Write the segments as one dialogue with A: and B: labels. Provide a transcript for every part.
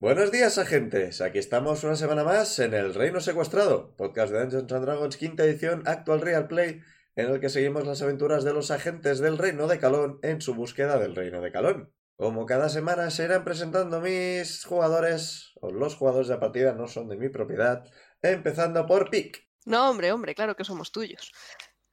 A: Buenos días, agentes. Aquí estamos una semana más en El Reino Secuestrado, podcast de Dungeons and Dragons, quinta edición, actual Real Play, en el que seguimos las aventuras de los agentes del Reino de Calón en su búsqueda del Reino de Calón. Como cada semana se irán presentando mis jugadores, o los jugadores de la partida no son de mi propiedad, empezando por Pic.
B: No, hombre, hombre, claro que somos tuyos.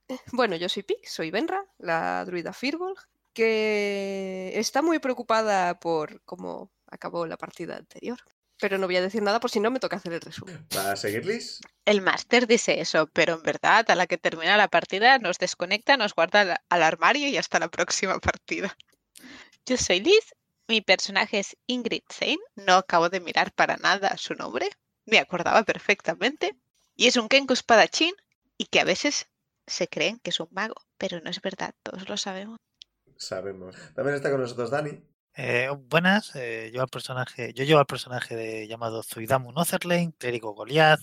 B: Eh, Bueno, yo soy Pic, soy Benra, la druida Firbolg, que está muy preocupada por cómo acabó la partida anterior. Pero no voy a decir nada por si no me toca hacer el resumen.
A: ¿Va a seguir Liz?
C: El máster dice eso, pero en verdad, a la que termina la partida, nos desconecta, nos guarda al, al armario y hasta la próxima partida. Yo soy Liz, mi personaje es Ingrid Zane, no acabo de mirar para nada su nombre, me acordaba perfectamente, y es un Kenku espadachín y que a veces se creen que es un mago, pero no es verdad, todos lo sabemos.
A: Sabemos. También está con nosotros Dani.
D: Eh, buenas, eh, yo al personaje, yo llevo al personaje de, llamado Zuidamu Notherlane, clérigo Goliath,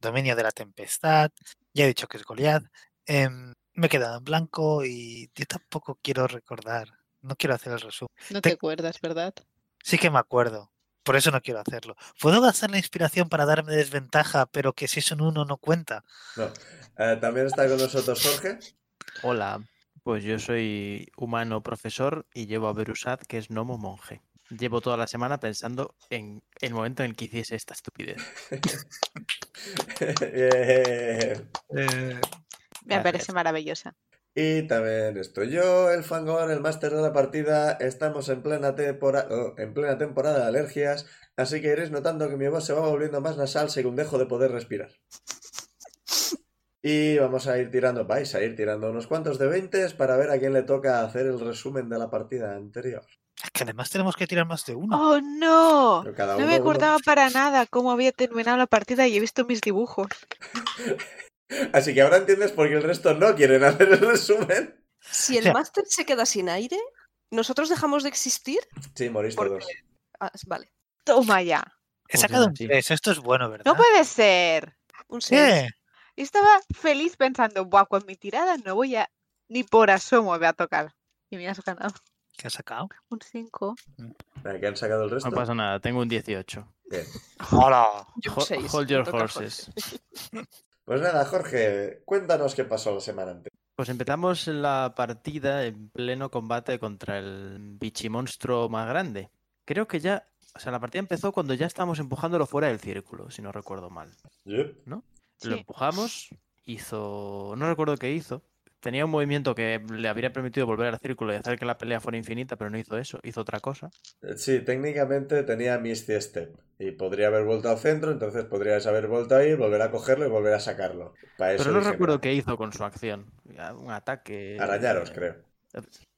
D: dominio de la tempestad, ya he dicho que es Goliath, em, me he quedado en blanco y yo tampoco quiero recordar, no quiero hacer el resumen,
C: No te
D: Te-
C: acuerdas, ¿verdad?
D: sí que me acuerdo, por eso no quiero hacerlo. ¿Puedo gastar la inspiración para darme desventaja, pero que si es un uno no cuenta?
A: Eh, también está con nosotros Jorge.
E: Hola, pues yo soy humano profesor y llevo a Berusad, que es gnomo monje. Llevo toda la semana pensando en el momento en el que hiciese esta estupidez.
A: Bien.
C: Me
E: Gracias.
C: parece maravillosa.
A: Y también estoy yo, el fangor, el máster de la partida. Estamos en plena, tempora- oh, en plena temporada de alergias, así que iréis notando que mi voz se va volviendo más nasal según dejo de poder respirar. Y vamos a ir tirando, vais a ir tirando unos cuantos de 20 para ver a quién le toca hacer el resumen de la partida anterior.
D: Es que además tenemos que tirar más de uno.
C: ¡Oh, no!
A: Pero cada
C: No
A: uno,
C: me
A: uno.
C: acordaba para nada cómo había terminado la partida y he visto mis dibujos.
A: Así que ahora entiendes por qué el resto no quieren hacer el resumen.
B: Si el
D: Ya.
B: máster se queda sin aire, ¿nosotros dejamos de existir?
A: Sí, morís
B: Porque-
A: todos.
B: Ah, vale.
C: Toma ya.
D: He sacado un
E: sí.
D: 3, esto es bueno, ¿verdad?
C: No puede ser.
E: Eh,
B: Un seis.
D: ¿Qué?
C: Y Estaba feliz pensando, buah, con mi tirada no voy a ni por asomo voy a tocar. Y me has ganado
D: ¿Qué has sacado?
C: un 5.
A: Venga, ¿Qué han sacado el resto?
E: No pasa nada, tengo un 18.
A: Bien.
D: ¡Hola!
B: Yo un
E: Ho-
B: seis,
E: Hold
B: me
E: your
B: toca a
E: horses.
A: Pues nada, Jorge, cuéntanos qué pasó la semana antes.
E: Pues empezamos la partida en pleno combate contra el bichimonstruo más grande. Creo que ya, o sea, la partida empezó cuando ya estábamos empujándolo fuera del círculo, si no recuerdo mal. Lo
C: Sí.
E: empujamos, hizo. No recuerdo qué hizo. Tenía un movimiento que le habría permitido volver al círculo y hacer que la pelea fuera infinita, pero no hizo eso, hizo otra cosa.
A: Eh, Sí, técnicamente tenía Misty Step y podría haber vuelto al centro, entonces podrías haber vuelto ahí, volver a cogerlo y volver a sacarlo. Para eso
E: Pero no
A: dije,
E: recuerdo
A: mira,
E: qué hizo con su acción. Ya, Un ataque.
A: Arañaros,
E: eh,
A: creo.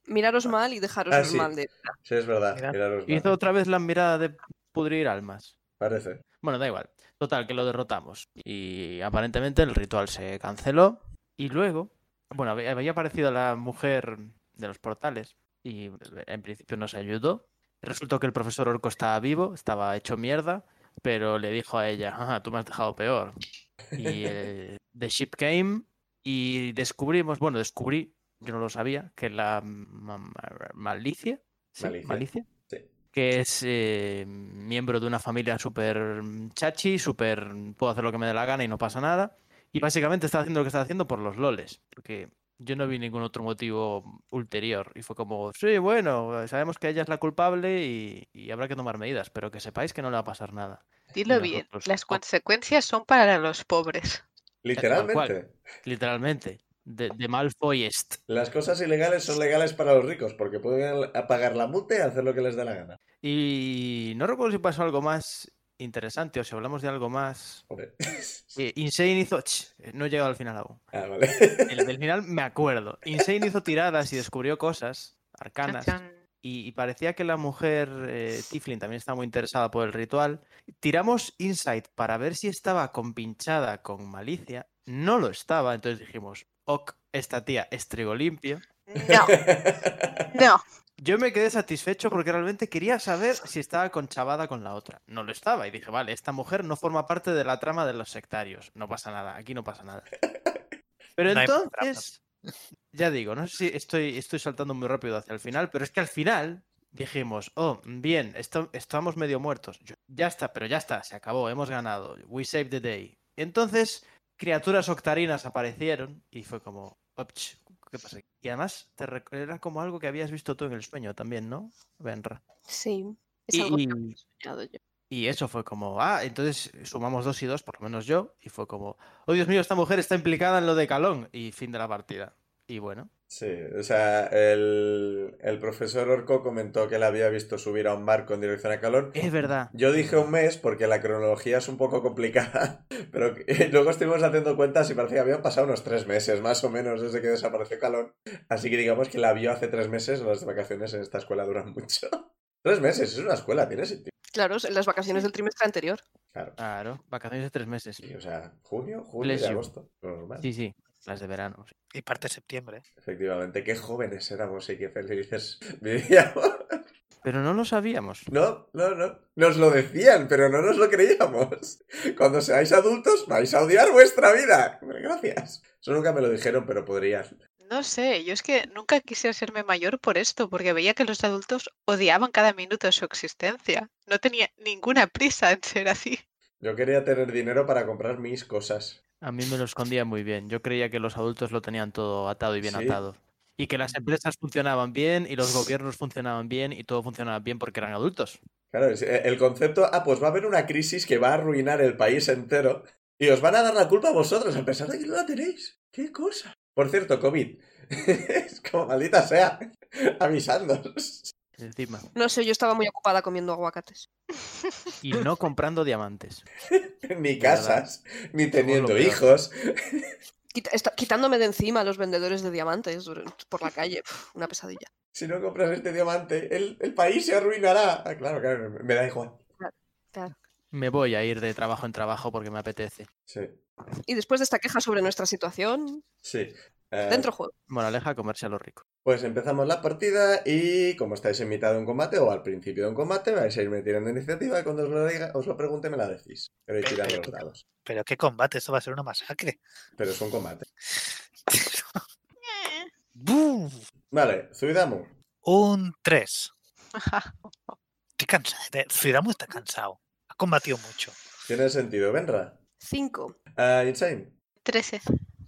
B: Miraros mal y dejaros
A: Ah,
B: ver
A: sí.
B: mal de...
A: Sí, es verdad.
D: Mira.
A: miraros mal,
E: Hizo otra vez la mirada de pudrir almas.
A: Parece.
E: Bueno, da igual. Total, que lo derrotamos. Y aparentemente el ritual se canceló. Y luego, bueno, hab- había aparecido la mujer de los portales y en principio nos ayudó. Resultó que el profesor Orco estaba vivo, estaba hecho mierda, pero le dijo a ella, "Ah, tú me has dejado peor. Y eh, The Ship Came y descubrimos, bueno, descubrí, yo no lo sabía, que la ma- ma- malicia, ¿sí?
A: Malicia.
E: malicia
A: Sí.
E: que es eh, miembro de una familia súper chachi, súper puedo hacer lo que me dé la gana y no pasa nada. Y básicamente está haciendo lo que está haciendo por los loles, porque yo no vi ningún otro motivo ulterior. Y fue como, sí, bueno, eh, sabemos que ella es la culpable y, y habrá que tomar medidas, pero que sepáis que no le va a pasar nada.
C: Dilo
E: Mira,
C: bien.
E: nosotros-
C: Las
E: oh.
C: consecuencias son para los pobres.
A: Literalmente.
E: Literalmente, de, de Malfoy este. est.
A: Las cosas ilegales son legales para los ricos porque pueden pagar la multa y hacer lo que les dé la gana.
E: Y no recuerdo si pasó algo más interesante o si hablamos de algo más.
A: Hombre.
E: Eh, Insane hizo... Ch, no he llegado al final aún.
A: Ah, vale.
E: El del final me acuerdo. Insane hizo tiradas y descubrió cosas
C: Chan,
E: arcanas.
C: chan.
E: y, y parecía que la mujer eh, Tiflin también estaba muy interesada por el ritual. Tiramos Insight para ver si estaba compinchada con malicia. No lo estaba, entonces dijimos, ok, esta tía es trigo limpio.
C: No, no.
E: Yo me quedé satisfecho porque realmente quería saber si estaba conchavada con la otra. No lo estaba y dije, vale, esta mujer no forma parte de la trama de los sectarios. No pasa nada, aquí no pasa nada. Pero
D: No hay
E: entonces, ya digo, no sé si estoy, estoy saltando muy rápido hacia el final, pero es que al final dijimos, oh, bien, esto, estamos medio muertos. Yo- ya está, pero ya está, se acabó, hemos ganado. We saved the day. Entonces, criaturas octarinas aparecieron y fue como, "Opch, ¿qué pasa? aquí?". Y además, te rec- era como algo que habías visto tú en el sueño también, ¿no? Benra.
B: Sí, es
E: Y-
B: algo que
E: y-
B: había soñado yo.
E: Y eso fue como, ah, entonces sumamos dos y dos, por lo menos yo, y fue como, oh Dios mío, esta mujer está implicada en lo de Calón, y fin de la partida. Y bueno,
A: Sí, o sea, el, el profesor Orco comentó que la había visto subir a un barco en dirección a Calón.
E: es verdad.
A: Yo dije un mes porque la cronología es un poco complicada, pero que- eh, luego estuvimos haciendo cuentas y parecía que habían pasado unos tres meses más o menos desde que desapareció Calón. Así que digamos que la vio hace tres meses, las vacaciones en esta escuela duran mucho. Tres meses, es una escuela, tiene sentido.
B: Claro, en las vacaciones del trimestre anterior.
A: Claro,
E: Claro, vacaciones de tres meses.
A: sí, o sea, junio, julio
E: Bless
A: y
E: you.
A: agosto, lo normal.
E: Sí, sí, las de verano. sí.
D: Y parte de septiembre.
A: Efectivamente, qué jóvenes éramos y qué felices vivíamos.
E: Pero no lo sabíamos.
A: No, no, no. Nos lo decían, pero no nos lo creíamos. Cuando seáis adultos, vais a odiar vuestra vida. Hombre, Gracias. Eso nunca me lo dijeron, pero podrías.
C: No sé, yo es que nunca quise hacerme mayor por esto, porque veía que los adultos odiaban cada minuto de su existencia. No tenía ninguna prisa en ser así.
A: Yo quería tener dinero para comprar mis cosas.
E: A mí me lo escondía muy bien. Yo creía que los adultos lo tenían todo atado y bien
A: Sí.
E: atado. Y que las empresas funcionaban bien y los gobiernos funcionaban bien y todo funcionaba bien porque eran adultos.
A: Claro, es- eh, el concepto, ah, pues va a haber una crisis que va a arruinar el país entero y os van a dar la culpa a vosotros, a pesar de que no la tenéis. ¡Qué cosa! Por cierto, COVID. es como maldita sea. Avisándonos.
E: Encima.
B: No sé, yo estaba muy ocupada comiendo aguacates.
E: Y no comprando diamantes.
A: ni
E: verdad.
A: casas, ni
E: Somos lo
A: teniendo
E: peor.
A: hijos.
B: Quita- esta- quitándome de encima a los vendedores de diamantes dur- por la calle. Uf, una pesadilla.
A: Si no compras este diamante, el, el país se arruinará. Ah, claro, claro, me, me da igual.
E: Me voy a ir de trabajo en trabajo porque me apetece.
A: Sí,
B: Y después de esta queja sobre nuestra situación,
A: sí. Eh,
B: dentro juego.
E: Moraleja, comerse a lo rico.
A: Pues empezamos la partida y como estáis en mitad de un combate o al principio de un combate, vais a irme tirando iniciativa y cuando os lo, diga, os lo pregunte me la decís. Pero ir tirando los dados.
D: Pero qué combate, esto va a ser una masacre.
A: Pero es un combate.
C: Eh,
D: ¡Bum!
A: Vale, Zuidamu.
D: Un 3.
C: ajá.
D: Estoy cansado. de- Zuidamu está cansado. Ha combatido mucho.
A: Tiene sentido, Benra.
B: Cinco.
A: Ah, Insane.
C: 13.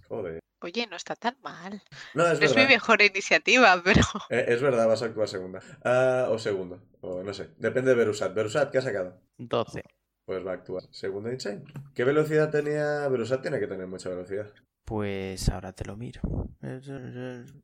A: Joder.
C: Oye, no está tan mal.
A: No, es
C: No es mi
A: verdad.
C: mejor iniciativa, pero
A: Eh, es verdad, vas a actuar segunda. Ah, o segundo. O no sé. Depende de Berusat. Berusat, ¿qué ha sacado?
E: 12.
A: Pues va a actuar. Segundo Insane. ¿Qué velocidad tenía Berusat? Tiene que tener mucha velocidad.
E: Pues ahora te lo miro.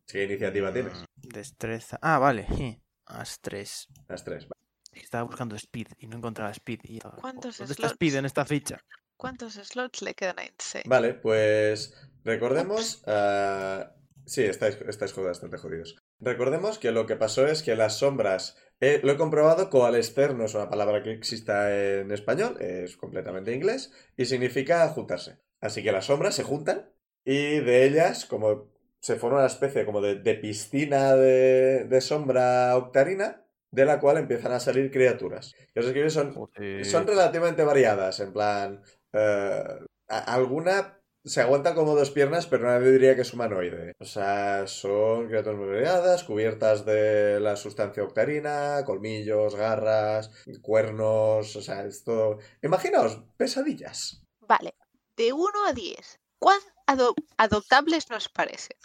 A: ¿Qué
E: Mm.
A: iniciativa tienes?
E: Destreza. Ah, vale. je, Más 3.
A: Las tres. va.
E: Estaba buscando speed y no encontraba speed. y estaba, "Jo,
C: ¿Cuántos
E: ¿Dónde está
C: slots?
E: speed en esta ficha?
C: ¿cuántos slots le quedan a Insane?
A: Vale, pues recordemos... ah, Sí, estáis, estáis jodidos, bastante jodidos. Recordemos que lo que pasó es que las sombras... eh, lo he comprobado, coalescer no es una palabra que exista en español, es completamente inglés, y significa juntarse. Así que las sombras se juntan y de ellas, como se forma una especie como de, de piscina de, de sombra octarina, de la cual empiezan a salir criaturas. Los escribes son Son relativamente variadas, en plan. eh, a- alguna se aguanta como dos piernas, pero nadie diría que es humanoide. O sea, son criaturas muy variadas, cubiertas de la sustancia octarina, colmillos, garras, cuernos, o sea, es todo. Imaginaos, pesadillas.
C: Vale, de 1 a 10. ¿Cuán ado- adoptables nos parecen?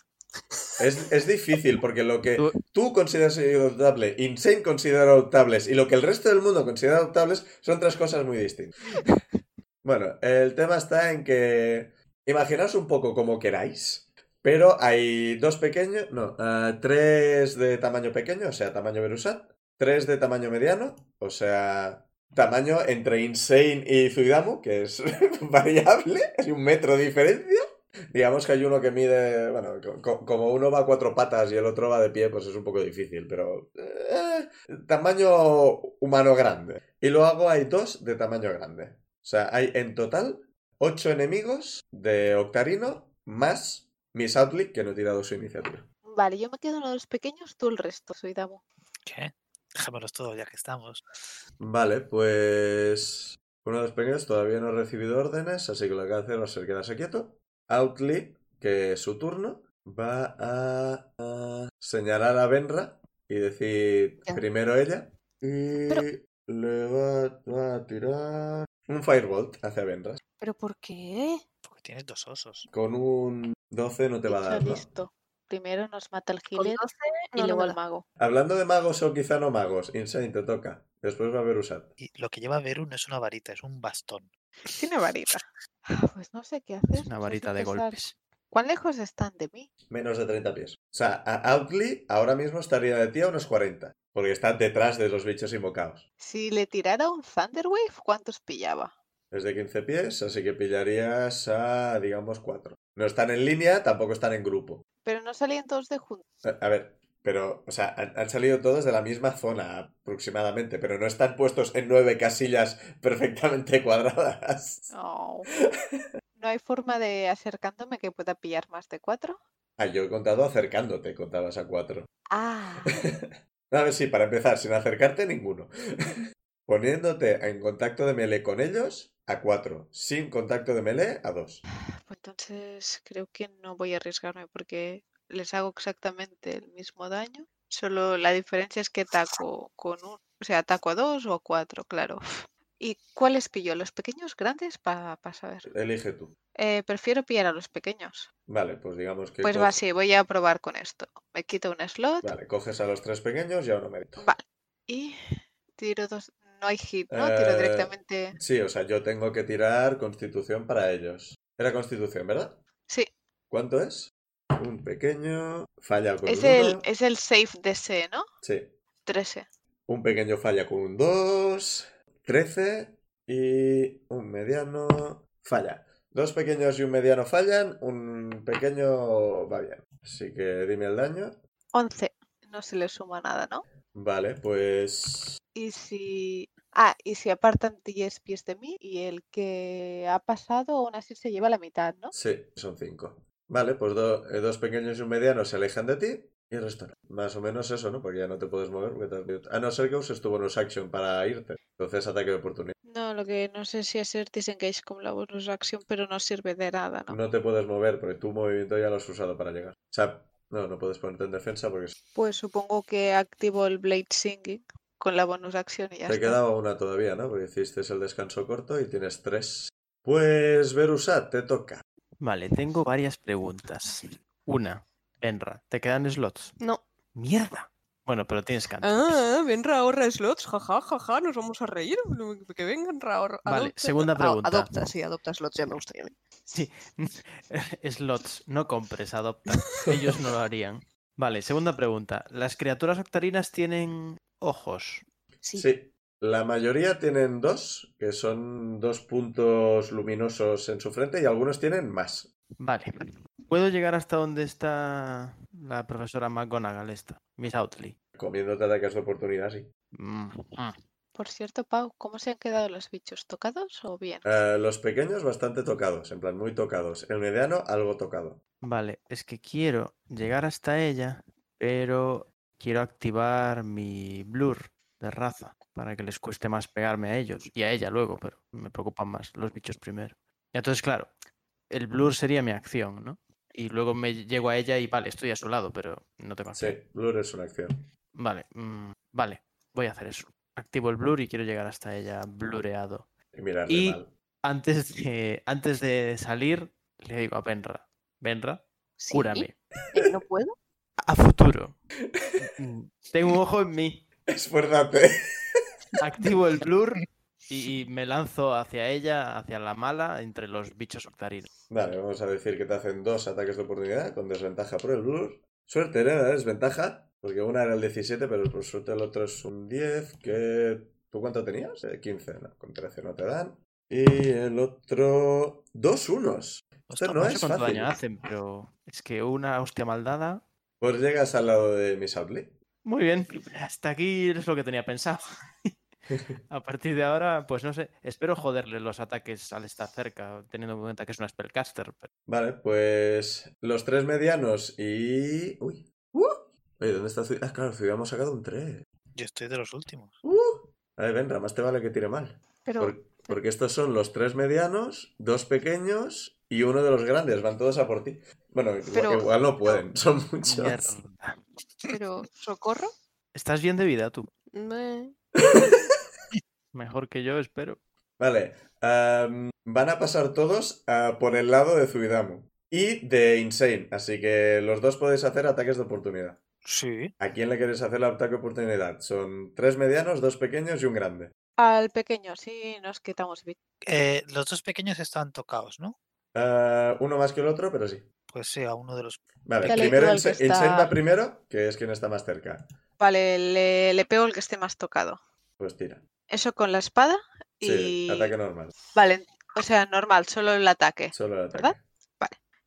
A: Es, es difícil, porque lo que
E: Tú-
A: tú consideras adoptable, Insane considera adoptables y lo que el resto del mundo considera adoptables son tres cosas muy distintas. bueno, el tema está en que imaginaos un poco como queráis, pero hay dos pequeños, no, ah, tres de tamaño pequeño, o sea, tamaño Berusat, tres de tamaño mediano, o sea, tamaño entre Insane y Zuidamu, que es variable, es un metro de diferencia. Digamos que hay uno que mide, bueno, co- co- como uno va a cuatro patas y el otro va de pie, pues es un poco difícil, pero... eh, tamaño humano grande. Y luego hay dos de tamaño grande. O sea, hay en total ocho enemigos de Octarino más Miss Outlick, que no he tirado su iniciativa.
C: Vale, yo me quedo uno de los pequeños, tú el resto, soy Damo.
D: ¿Qué? Déjamelos todos ya que estamos.
A: Vale, pues... Uno de los pequeños todavía no ha recibido órdenes, así que lo que va a hacer va a ser quedarse quieto. Outlick, que es su turno, va a, a señalar a Benra y decir
B: Ya.
A: primero ella. Y le va, va a tirar un Firebolt hacia Benra.
B: ¿Pero por qué?
D: Porque tienes dos osos.
A: Con un 12 no te va a
C: Dicho,
A: dar, ¿no?
C: listo. Primero nos mata el
B: Con
C: healer
B: 12
C: y
B: no, no
C: luego
B: me
C: el
B: da.
C: mago.
A: Hablando de magos o quizá no magos, Insane te toca. Después va a ver Usat.
D: Y lo que lleva Beru no es una varita, es un bastón.
C: Tiene varita. Pues no sé qué hacer.
E: Es una
C: no sé
E: varita
C: qué
E: de
C: pensar.
E: golpes.
C: ¿Cuán lejos están de mí?
A: Menos de 30 pies. O sea, a Outly ahora mismo estaría de ti a unos 40. Porque está detrás de los bichos invocados.
C: Si le tirara un Thunderwave, ¿cuántos pillaba?
A: Es de 15 pies, así que pillarías a, digamos, 4. No están en línea, tampoco están en grupo.
C: Pero no salían todos de juntos.
A: A a ver, pero, o sea, han, han salido todos de la misma zona aproximadamente, pero no están puestos en nueve casillas perfectamente cuadradas.
C: No. Oh. ¿No hay forma de acercándome que pueda pillar más de cuatro?
A: Ah, yo he contado acercándote, contabas a 4.
C: Ah,
A: A ver, sí, para empezar, sin acercarte ninguno. Poniéndote en contacto de melee con ellos, a 4. Sin contacto de melee, a 2.
C: pues entonces creo que no voy a arriesgarme porque les hago exactamente el mismo daño. Solo la diferencia es que ataco con un, o sea, ataco a dos o a cuatro, claro. ¿Y cuáles pillo? ¿Los pequeños grandes? Para saber.
A: Elige tú.
C: Eh, prefiero pillar a los pequeños.
A: Vale, pues digamos que...
C: Pues
A: co-
C: va así, voy a probar con esto. Me quito un slot
A: Vale, coges a los tres pequeños y a uno mérito.
C: y tiro dos. No hay hit, ¿no? Tiro
A: Eh,
C: directamente.
A: Sí, o sea, yo tengo que tirar constitución para ellos. Era constitución, ¿verdad?
C: Sí,
A: ¿Cuánto es? Un pequeño... Falla con
C: es
A: un
C: el,
A: pues uno.
C: es el safe DC, ¿no? E.
A: Sí.
C: 13.
A: Un pequeño falla con un 2, 13 y un mediano falla. Dos pequeños y un mediano fallan, un pequeño va bien. Así que dime el daño.
C: 11. No se le suma nada, ¿no?
A: Vale, pues...
C: Y si. Ah, y si apartan 10 pies de mí y el que ha pasado aún así se lleva la mitad, ¿no?
A: Sí, son 5. Vale, pues do- eh, dos pequeños y un mediano se alejan de ti y el resto no. Más o menos eso, ¿no? Porque ya no te puedes mover. porque te has movido. A no ser que uses tu bonus action para irte. Entonces ataque de oportunidad.
C: No, lo que no sé si hacer disengage con la bonus action, pero no sirve de nada, ¿no?
A: No te puedes mover porque tu movimiento ya lo has usado para llegar. O sea, no, no puedes ponerte en defensa porque
C: Pues supongo que activo el Blade Singing con la bonus action y ya
A: Te
C: está.
A: quedaba una todavía, ¿no? Porque hiciste el descanso corto y tienes tres. Pues, Verusat, te toca.
E: Vale, tengo varias preguntas. Una, Enra, ¿te quedan slots?
B: No.
E: ¡Mierda! Bueno, pero tienes canto.
B: Ah, Benra ahorra slots, jaja, jaja, nos vamos a reír. Que vengan, Ra, ahorra-
E: Vale,
B: adopta-
E: segunda
B: ah,
E: pregunta.
B: Adopta, sí, adopta slots, ya me gustaría. a mí.
E: Sí, slots, no compres, adopta. Ellos no lo harían. Vale, segunda pregunta. ¿Las criaturas octarinas tienen ojos?
B: Sí.
A: La mayoría tienen dos, que son dos puntos luminosos en su frente, y algunos tienen más.
E: Vale. ¿Puedo llegar hasta donde está la profesora McGonagall esta? Miss Outley.
A: Comiéndote ataques de oportunidad, sí.
E: Mm, mm.
C: Por cierto, Pau, ¿cómo se han quedado los bichos? ¿Tocados o bien?
A: Eh, los pequeños bastante tocados, en plan muy tocados. El mediano, algo tocado.
E: Vale, es que quiero llegar hasta ella, pero quiero activar mi blur de raza para que les cueste más pegarme a ellos y a ella luego, pero me preocupan más los bichos primero. Y entonces, claro, el blur sería mi acción, ¿no? Y luego me llego a ella y vale, estoy a su lado, pero no tengo acción.
A: Sí, Blur es una acción.
E: Vale, mm, vale, voy a hacer eso. Activo el blur y quiero llegar hasta ella blureado.
A: Y mirarle
E: Y-
A: mal.
E: Antes de, antes de salir, le digo a Benra, Benra,
B: Sí,
E: cúrame.
B: eh, no puedo.
E: A futuro. Mm, Tengo un ojo en mí.
A: Esfuérzate.
E: Activo el blur y, y me lanzo hacia ella, hacia la mala, entre los bichos octarinos.
A: Vale, vamos a decir que te hacen dos ataques de oportunidad con desventaja por el blur. Suerte, hereda, desventaja, porque una era el 17, pero por suerte el otro es un 10, que... ¿Tú cuánto tenías? Eh, 15, no, con 13 no te dan. Y el otro... Dos unos. Esto no es
E: sé cuánto
A: fácil.
E: daño hacen, pero es que una hostia maldada.
A: Pues llegas al lado de Miss Outley.
E: Muy bien, hasta aquí es lo que tenía pensado. A partir de ahora, pues no sé, espero joderle los ataques al estar cerca, teniendo en cuenta que es una spellcaster. pero-
A: Vale, pues los tres medianos y... Uy. ¡Uh! Oye, ¿dónde está Zui? Ah, claro, Zui, hemos sacado un 3.
D: Yo estoy de los últimos.
A: ¡Uh! A ver, Benra, más te vale que tire mal.
B: Pero
A: Por- porque estos son los tres medianos, dos pequeños y uno de los grandes. Van todos a por ti. Bueno, igual,
B: Pero-
A: igual no pueden, son muchos.
E: Mierda.
B: Pero, ¿socorro?
E: Estás bien de vida tú.
B: Meh.
E: Mejor que yo, espero.
A: Vale. am, van a pasar todos ah, por el lado de Zuidamu y de Insane. Así que los dos podéis hacer ataques de oportunidad.
D: Sí.
A: ¿A quién le queréis hacer el ataque de oportunidad? Son tres medianos, dos pequeños y un grande.
C: Al pequeño, sí, nos quitamos. vi-
D: Eh, los dos pequeños estaban tocados, ¿no?
A: Ah, uno más que el otro, pero sí.
D: Pues sí, a uno de los.
A: Vale,
C: Dale
A: primero
C: tú al
A: Insa-
C: que está-
A: Insane va primero, que es quien está más cerca.
C: Vale, le, le pego el que esté más tocado.
A: Pues tira.
C: Eso con la espada y.
A: Sí, ataque normal.
C: Vale, o sea, normal, solo el ataque.
A: Solo el ataque.
C: ¿Verdad?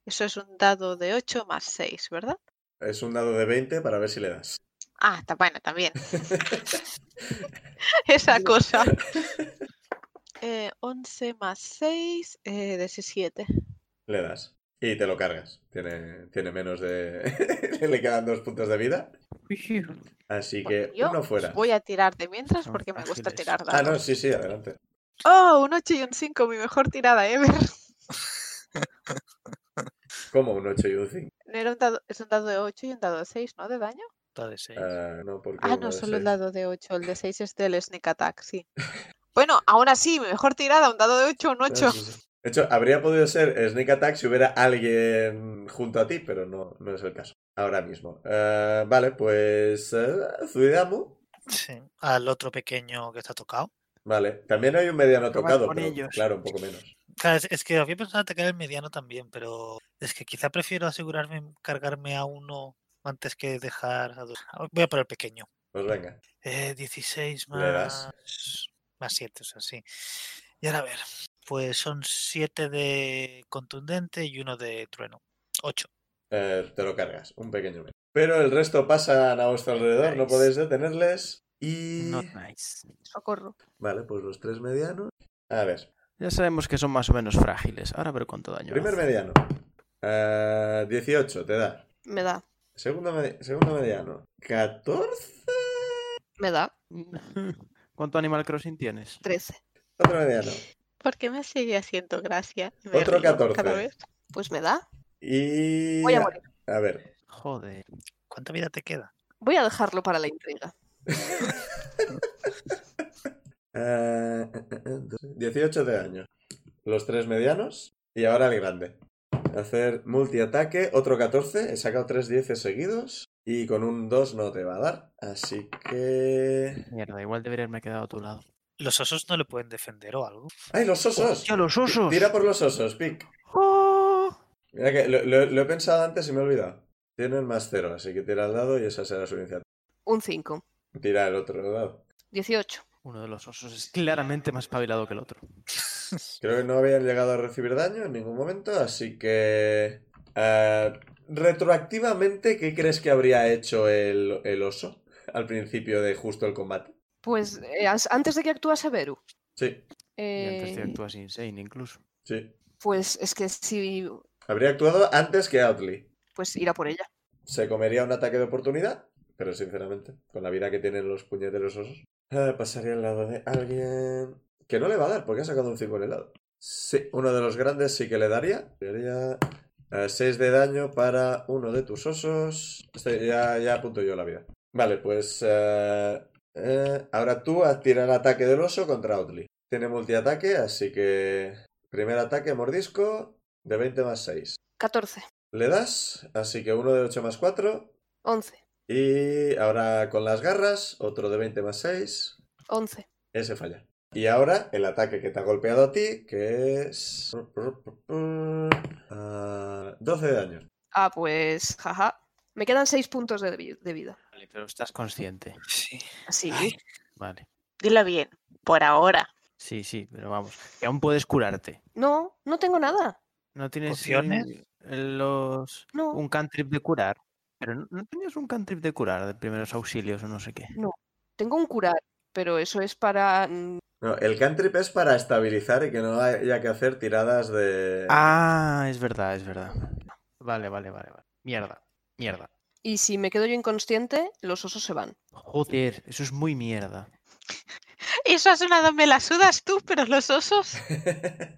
C: Eso es un dado de 8 más 6, ¿verdad?
A: Es un dado de 20 para ver si le das.
C: Ah, ta- bueno, también. Esa cosa. Eh, 11 más 6, eh, 17.
A: Le das. Y te lo cargas. Tiene, tiene menos de... le quedan dos puntos de vida. Así
C: Bueno,
A: que
C: Pues yo
A: uno fuera.
C: os Voy a tirar de mientras
E: Son
C: porque me gusta
E: ágiles.
C: tirar
A: Ah,
C: dados.
A: no, sí, sí, adelante.
C: Oh, un 8 y un 5, mi mejor tirada ever.
A: ¿Cómo un 8 y un 5?
C: No era un dado, es un dado de 8 y un dado de 6, ¿no? De daño.
D: de seis.
A: Ah, no, porque
C: Ah,
A: uno
C: no,
A: de
C: solo el
A: seis.
C: dado de 8. El de 6 es del sneak attack, sí. Bueno, aún así, mi mejor tirada, un dado de 8, un
A: Ah,
C: 8.
A: sí, sí. De hecho, habría podido ser Sneak Attack si hubiera alguien junto a ti, pero no, no es el caso. Ahora mismo. Ah, vale, pues... eh, Zuidamu.
D: Sí, Al otro pequeño que está tocado.
A: Vale. También hay un mediano
E: Acabar
A: tocado,
E: con
A: pero
E: ellos.
A: claro, un poco menos.
D: Claro, es, es que había pensado atacar el mediano también, pero es que quizá prefiero asegurarme en cargarme a uno antes que dejar a dos. Ah, Voy a por el pequeño.
A: Pues venga.
D: Eh, 16 más,
A: Le das.
D: más 7, o sea, sí. Y ahora a ver, pues son 7 de contundente y uno de trueno. 8.
A: Eh, te lo cargas, un pequeño menos. Pero el resto pasan a vuestro alrededor, no
E: Nice.
A: podéis detenerles. Y.
E: Not nice.
B: socorro.
A: Vale, pues los tres medianos. A ver,
E: Ya sabemos que son más o menos frágiles. Ahora ver cuánto daño.
A: primer
E: hacen.
A: mediano. Eh, 18, te da.
B: Me da,
A: Segundo, medi- segundo mediano. 14.
B: me da
E: ¿Cuánto Animal Crossing tienes?
B: 13.
A: Otro mediano.
C: ¿Por qué me sigue haciendo gracia? Y me
A: Otro
C: río cada
A: 14.
C: vez.
B: Pues me da.
A: Y.
B: Voy a morir.
A: a ver.
E: Joder.
D: ¿Cuánta vida te queda?
B: Voy a dejarlo para la intriga.
A: eh, eh, eh, eh, 18 de daño. Los tres medianos. Y ahora el grande. Hacer multiataque. Otro 14. He sacado tres 10 seguidos. Y con un 2 no te va a dar. Así que.
E: Mierda, igual debería haberme quedado a tu lado.
D: Los osos no le pueden defender o algo.
A: ¡Ay, los osos!
E: ¡Oh, los osos! ¡Oh!
A: Tira por los osos, Pic. Mira que lo, lo- lo he pensado antes y me he olvidado. Tienen más cero, así que tira al dado y esa será su iniciativa.
B: Un 5.
A: Tira el otro dado.
B: 18.
E: Uno de los osos es claramente más pavilado que el otro.
A: Creo que no habían llegado a recibir daño en ningún momento, así que... eh, retroactivamente, ¿qué crees que habría hecho el, el oso al principio de justo el combate?
B: Pues eh, as- antes de que actuase Beru.
A: Sí,
E: Y antes de
B: eh,
E: que actúas insane, incluso.
A: sí.
B: pues es que si
A: Habría actuado antes que Outley.
B: pues ir a por ella.
A: Se comería un ataque de oportunidad, pero sinceramente, con la vida que tienen los puñeteros osos, eh, pasaría al lado de alguien que no le va a dar porque ha sacado un 5 en el lado. Sí, uno de los grandes sí que le daría. Sería 6 de daño para uno de tus osos. Este ya, ya apunto yo la vida. Vale, pues eh, eh, ahora tú tira el ataque del oso contra Outly. Tiene multiataque, así que primer ataque mordisco de 20 más 6.
B: 14.
A: Le das, así que uno de 8 más 4.
B: 11.
A: Y ahora con las garras, otro de 20 más 6.
B: 11.
A: Ese falla. Y ahora el ataque que te ha golpeado a ti, que es... Ah, 12 de daño.
B: Ah, pues jaja. Me quedan 6 puntos de, vi- de vida.
E: Vale, pero estás consciente.
D: Sí.
B: Así.
D: Ay.
E: Vale.
C: Dilo bien, por ahora.
E: Sí, sí, pero vamos. Que aún puedes curarte.
B: No, no tengo nada.
E: No tienes
D: ¿Pociones?
E: eh, los
B: No,
E: un cantrip de curar. Pero no- no tenías un cantrip de curar de primeros auxilios o no sé qué.
B: tengo un curar, pero eso es para... mm,
A: No, el cantrip es para estabilizar y que no haya que hacer tiradas de...
E: Ah, es verdad, es verdad. Vale, vale, vale, vale. Mierda, mierda.
B: Y si me quedo yo inconsciente, los osos se van.
E: Joder, eso es muy mierda.
C: Eso ha sonado, me la sudas tú, pero los osos.
E: Eh,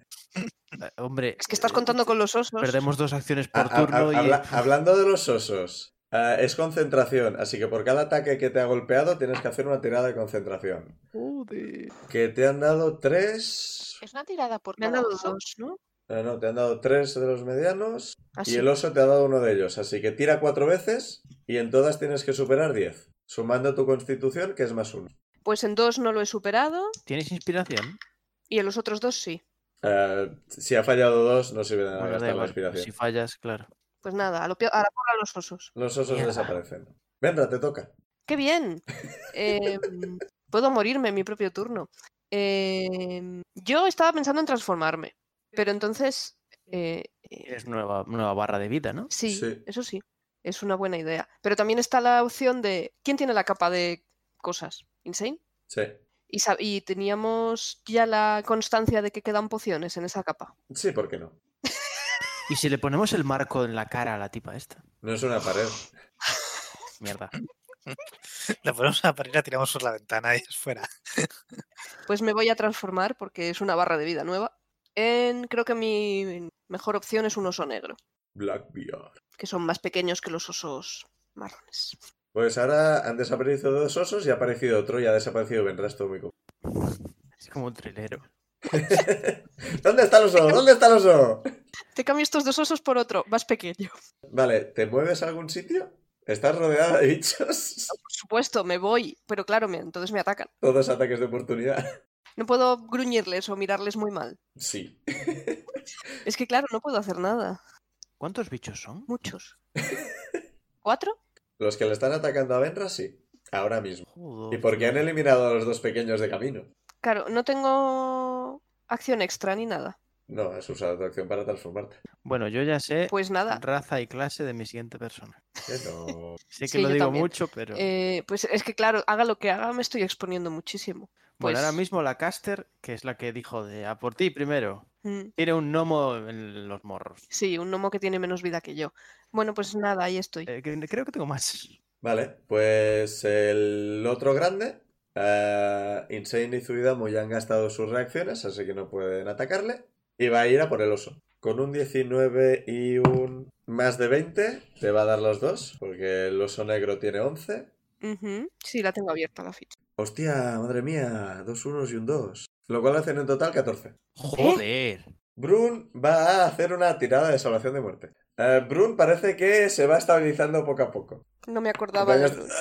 E: Hombre,
B: Es que estás
E: eh,
B: contando con los osos.
E: Perdemos dos acciones
A: Ah,
E: por
A: ah,
E: turno
A: ah,
E: y
A: habla- Hablando de los osos, ah, es concentración, así que por cada ataque que te ha golpeado tienes que hacer una tirada de concentración. Que te han dado tres... ah,
C: Es una tirada por
B: Me han
C: cada
B: dado
C: oso.
B: dos, ¿no?
A: No, no, te han dado tres de los medianos
E: Ah,
A: y
B: Así.
A: el oso te ha dado uno de ellos, así que tira cuatro veces y en todas tienes que superar diez, sumando tu constitución que es más uno.
B: Pues en dos no lo he superado
E: ¿Tienes inspiración?
B: y en los otros dos sí.
A: Ah, si ha fallado dos, no sirve de nada
E: Bueno, da
A: gastar Ah, la
E: igual,
A: inspiración.
E: Si fallas, claro.
B: Pues nada, a, lo pio- a la porra los osos.
A: Los osos
E: Mierda.
A: desaparecen. Venra, te toca.
B: ¡Qué bien! Em, puedo morirme en mi propio turno. Em, yo estaba pensando en transformarme, pero entonces... eh, eh,
E: Es nueva, nueva barra de vida, ¿no?
B: sí,
A: Sí.
B: eso sí, es una buena idea. Pero también está la opción de... ¿Quién tiene la capa de cosas? ¿Insane?
A: Sí.
B: Y, sa- y teníamos ya la constancia de que quedan pociones en esa capa.
A: Sí, ¿por qué no?
E: Y si le ponemos el marco en la cara a la tipa esta.
A: No es una pared.
E: Mierda.
D: La ponemos a la pared, la tiramos por la ventana y es fuera.
B: Pues me voy a transformar porque es una barra de vida nueva. En creo que mi mejor opción es un oso negro,
A: Blackbeard.
B: que son más pequeños que los osos marrones.
A: Pues ahora han desaparecido dos osos y ha aparecido otro y ha desaparecido Venra. Esto muy confuso.
E: Es como un trilero.
A: ¿Dónde está el oso? ¿Dónde está el oso?
B: Te cambio estos dos osos por otro, más pequeño.
A: Vale, ¿te mueves a algún sitio? ¿Estás rodeada de bichos?
B: Por supuesto, me voy, pero claro, me- entonces me atacan.
A: Todos ataques de oportunidad.
B: No puedo gruñirles o mirarles muy mal.
A: Sí.
B: Es que claro, no puedo hacer nada.
E: ¿Cuántos bichos son?
B: Muchos. ¿Cuatro?
A: Los que le están atacando a Venra, sí. Ahora mismo.
E: Oh, Joder.
A: ¿Y por qué han eliminado a los dos pequeños de camino?
B: Claro, no tengo acción extra ni nada.
A: No, has usado tu acción para transformarte.
E: Bueno, yo ya sé
B: Pues nada.
E: raza y clase de mi siguiente persona.
A: Que Eh, no.
E: Sé que
B: Sí,
E: lo
B: yo
E: digo
B: también.
E: mucho, pero.
B: Eh, pues es que claro, haga lo que haga, me estoy exponiendo muchísimo.
E: Bueno, ahora
B: pues-
E: mismo la caster, que es la que dijo de a por ti primero,
B: Mm.
E: tiene un gnomo en los morros.
B: Sí, un gnomo que tiene menos vida que yo. Bueno, pues nada, ahí estoy.
E: Eh, que- creo que tengo más.
A: Vale, pues el otro grande. eh, Insane y Zuidamo ya han gastado sus reacciones, así que no pueden atacarle. Y va a ir a por el oso. Con un 19 y un más de 20, te va a dar los dos, porque el oso negro tiene 11.
B: Ujú, Sí, la tengo abierta la ficha.
A: Hostia, madre mía, dos unos y un dos. Lo cual hacen en total 14.
E: Joder.
A: Brun va a hacer una tirada de salvación de muerte. Eh, Brun parece que se va estabilizando poco a poco.
B: No me acordaba de...
A: Compañeros-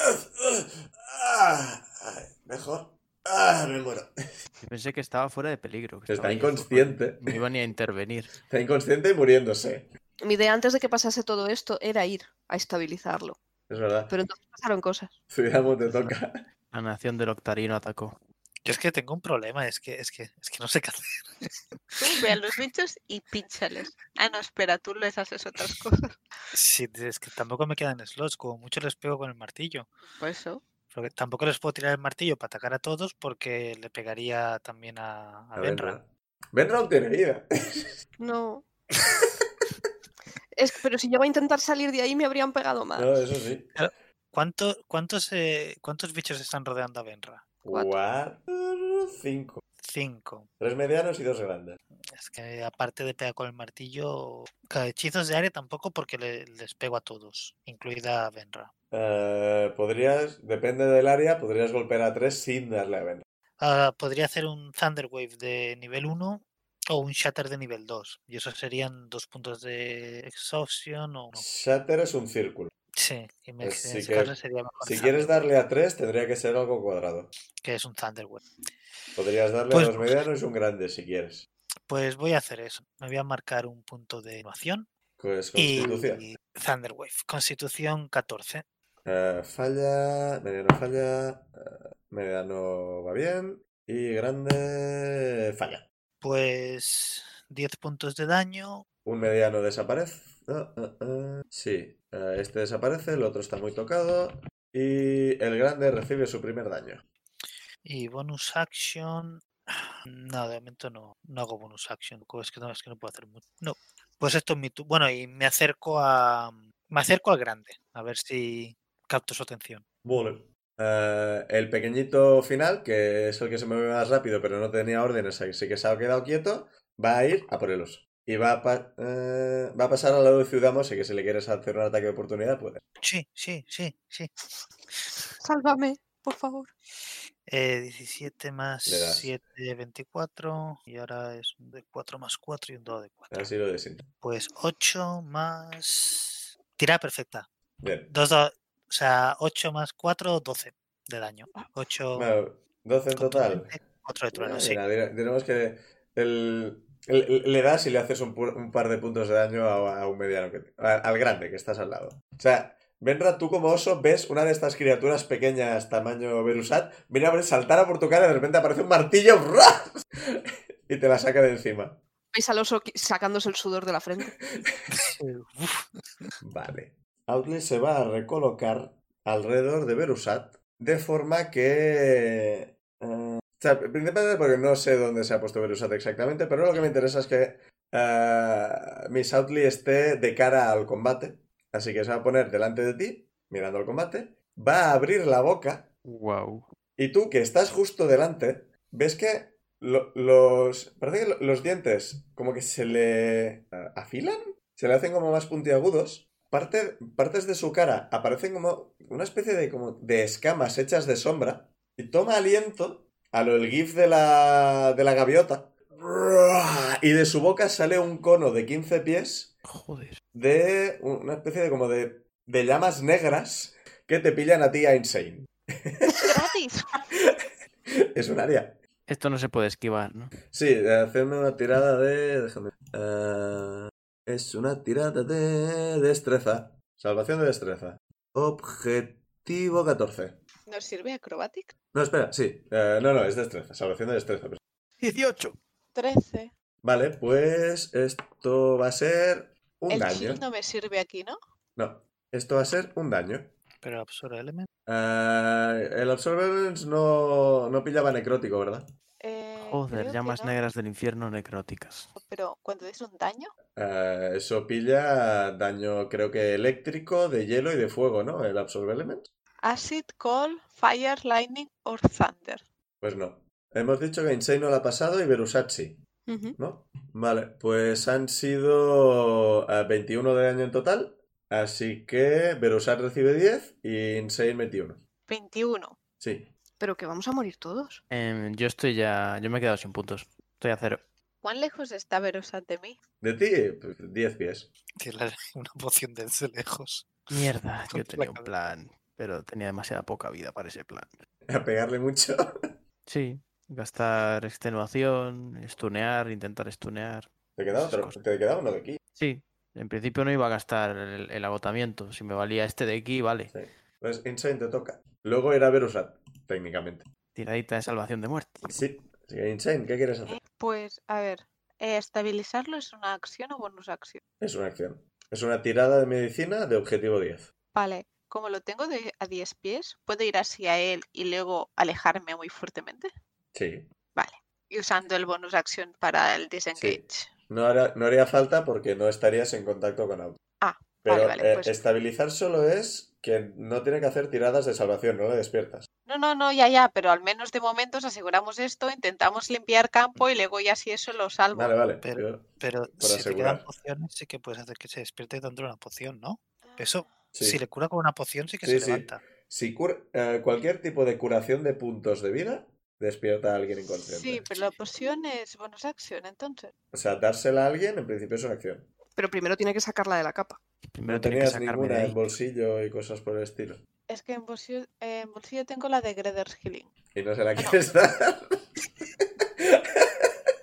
A: Ah, ah, Mejor. Ah, me muero.
E: Yo pensé que estaba fuera de peligro. que
A: Está
E: estaba ahí
A: inconsciente.
E: afuera. No iba ni a intervenir.
A: Está inconsciente y muriéndose.
B: Mi idea antes de que pasase todo esto era ir a estabilizarlo.
A: Es verdad.
B: Pero entonces pasaron cosas.
A: Zuidamo te toca.
E: La nación del octarino atacó.
D: Yo es que tengo un problema, es que, es que, es que no sé qué hacer.
C: Tú ve a los bichos y pínchales. Ah, no, espera, tú les haces otras cosas.
D: Sí, es que tampoco me quedan slots, como mucho les pego con el martillo.
C: Por Pues eso.
D: Porque tampoco les puedo tirar el martillo para atacar a todos porque le pegaría también a, a
A: A
D: Benra.
A: Benra. Benra aún tiene vida.
B: No. Es que- pero si yo iba a intentar salir de ahí me habrían pegado más.
A: No, eso sí.
D: ¿Cuánto- cuántos, eh, ¿Cuántos bichos están rodeando a Benra?
B: Cuatro.
A: Cuatro, cinco.
D: Cinco.
A: Tres medianos y dos grandes.
D: Es que aparte de pegar con el martillo, ca- hechizos de área tampoco porque le- les pego a todos, incluida a Benra.
A: Eh, podrías, depende del área, podrías golpear a tres sin darle a Benra.
D: Ah, podría hacer un Thunder Wave de nivel 1 o un Shatter de nivel 2. Y eso serían dos puntos de exhaustion o no.
A: Shatter es un círculo.
D: Sí, y me-
A: Pues
D: en
A: sí
D: ese
A: que-
D: caso sería mejor
A: Si
D: Thunder
A: quieres
D: Wave,
A: darle a tres, tendría que ser algo cuadrado.
D: que es un Thunder Wave.
A: Podrías darle
D: Pues-
A: a dos medianos y un grande si quieres.
D: Pues voy a hacer eso. Me voy a marcar un punto de innovación
A: Pues constitución.
D: y Thunder Wave. Constitución 14.
A: Eh, falla, mediano falla, eh, mediano va bien y grande falla.
D: Pues 10 puntos de daño
A: Un mediano desaparece. Ah, ah, ah. Sí, ah, este desaparece, el otro está muy tocado. Y el grande recibe su primer daño.
D: Y bonus action. No, de momento no, no hago bonus action. co- Es que no, es que no puedo hacer mucho. No. Pues esto es mi tu- Bueno, y me acerco a. Me acerco al grande. A ver si capto su atención.
A: Vale. Eh, el pequeñito final, que es el que se mueve más rápido, pero no tenía órdenes, así que se ha quedado quieto, va a ir a por el oso. Y va a, pa- eh, va a pasar al lado de Ciudadamo, así que si le quieres hacer un ataque de oportunidad, puede.
D: Sí, sí, sí, sí.
B: Sálvame, por favor.
D: Eh, 17 más
A: Le das.
D: 7, 24. Y ahora es un de 4 más 4 y un 2 de 4.
A: Así lo desinta.
D: Pues 8 más. Tira perfecta.
A: Bien.
D: Dos, do- O sea, 8 más 4, 12 de daño. 8
A: Ah. Bueno, 12 en total.
D: 4 de trueno,
A: Ah,
D: sí.
A: mira, dire- diremos que el, el- le das y le haces un, pu- un par de puntos de daño a, a un mediano, que, a- al grande que estás al lado. O sea, Benra, tú como oso ves una de estas criaturas pequeñas tamaño Berusat, viene a ver saltar a por tu cara y de repente aparece un martillo ¡ras! y te la saca de encima.
B: Veis al oso qui- sacándose el sudor de la frente.
A: Vale. Outley se va a recolocar alrededor de Berusat de forma que... eh, o sea, principalmente porque no sé dónde se ha puesto Berusat exactamente, pero lo que me interesa es que eh, Miss Outley esté de cara al combate. Así que se va a poner delante de ti, mirando al combate, va a abrir la boca
E: Wow.
A: y tú, que estás justo delante, ves que lo- los. Parece que lo- los dientes como que se le. eh, afilan. Se le hacen como más puntiagudos. Parte, partes de su cara aparecen como una especie de, como de escamas hechas de sombra. Y toma aliento a lo el gif de la, de la gaviota. Y de su boca sale un cono de 15 pies
E: Joder.
A: de una especie de como de, de llamas negras que te pillan a ti a Insane.
C: ¡Gratis!
A: Es un área.
E: Esto no se puede esquivar, ¿no?
A: Sí, eh, hacerme una tirada de. Déjame. Eh, es una tirada de destreza. Salvación de destreza. Objetivo 14.
C: ¿Nos sirve Acrobatic?
A: No, espera, sí. Eh, no, no, es destreza. Salvación de destreza.
E: 18.
C: 13.
A: Vale, pues esto va a ser un
C: El
A: daño.
C: heal no me sirve aquí, ¿no?
A: No, esto va a ser un daño.
D: Pero absorbe element.
A: Eh, el Absorbance no, no pillaba necrótico, ¿verdad?
C: Eh,
E: Joder,
C: creo
E: llamas
C: que no,
E: negras del infierno necróticas.
C: Pero cuando dices un daño,
A: Eh, eso pilla daño, creo que eléctrico, de hielo y de fuego, ¿no? El Absorb Element.
C: Acid, Cold, Fire, Lightning or Thunder.
A: Pues no. Hemos dicho que Insane no la ha pasado y Berusat sí,
B: Ujú.
A: ¿no? Vale, pues han sido eh, 21 de daño en total. Así que Berusat recibe 10 y Insane 21.
C: 21.
A: Sí.
B: Pero que vamos a morir todos.
E: Em, yo estoy ya. Yo me he quedado sin puntos. Estoy a cero.
C: ¿Cuán lejos está Verusat de mí?
A: De ti, pues, 10 pies.
D: Tirar una poción desde lejos.
E: Mierda, yo
D: la
E: tenía un
D: cabeza.
E: plan, pero tenía demasiada poca vida para ese plan.
A: A pegarle mucho.
E: Sí, gastar extenuación, estunear, intentar estunear.
A: Te queda
E: Esas
A: otro.
E: cosas.
A: Te queda uno de aquí.
E: Sí, en principio no iba a gastar el, el agotamiento. Si me valía este de aquí, vale.
A: Pues Insane te toca. Luego era Berusat, técnicamente.
E: Tiradita de salvación de muerte.
A: Sí. Así que Insane, ¿qué quieres hacer?
C: Eh, Pues, a ver, eh, ¿estabilizarlo es una acción o bonus acción?
A: Es una acción. Es una tirada de medicina de objetivo 10.
C: Vale, como lo tengo de, a 10 pies, ¿puedo ir hacia él y luego alejarme muy fuertemente?
A: Sí.
C: Y usando el bonus acción para el disengage.
A: No hará- no haría falta porque no estarías en contacto con auto.
C: Ah,
A: Pero
C: vale, vale,
A: eh,
C: pues-
A: estabilizar solo es que no tiene que hacer tiradas de salvación, no le despiertas.
C: No, no, no, ya, ya, pero al menos de momento nos aseguramos esto, intentamos limpiar campo y luego ya si eso lo salvo.
A: Vale, vale.
D: Pero-
A: yo-
D: Pero si te
A: asegurar.
D: quedan pociones, sí que puedes hacer que se despierte dando una poción, ¿no? Ah. Eso,
A: sí.
D: si le cura con una poción, sí que
A: Sí,
D: se
A: sí.
D: levanta.
A: Si cur- eh, cualquier tipo de curación de puntos de vida despierta a alguien inconsciente.
C: Sí, pero la poción es bonus acción, entonces.
A: O sea, dársela a alguien en principio es una acción.
B: Pero primero tiene que sacarla de la capa.
E: Primero
A: no
E: tiene que
A: tenías
E: sacarme de
A: ninguna en
E: ahí.
A: bolsillo y cosas por el estilo.
C: Es que en bolsillo, en bolsillo tengo la de Greater Healing.
A: Y no se la quieres dar.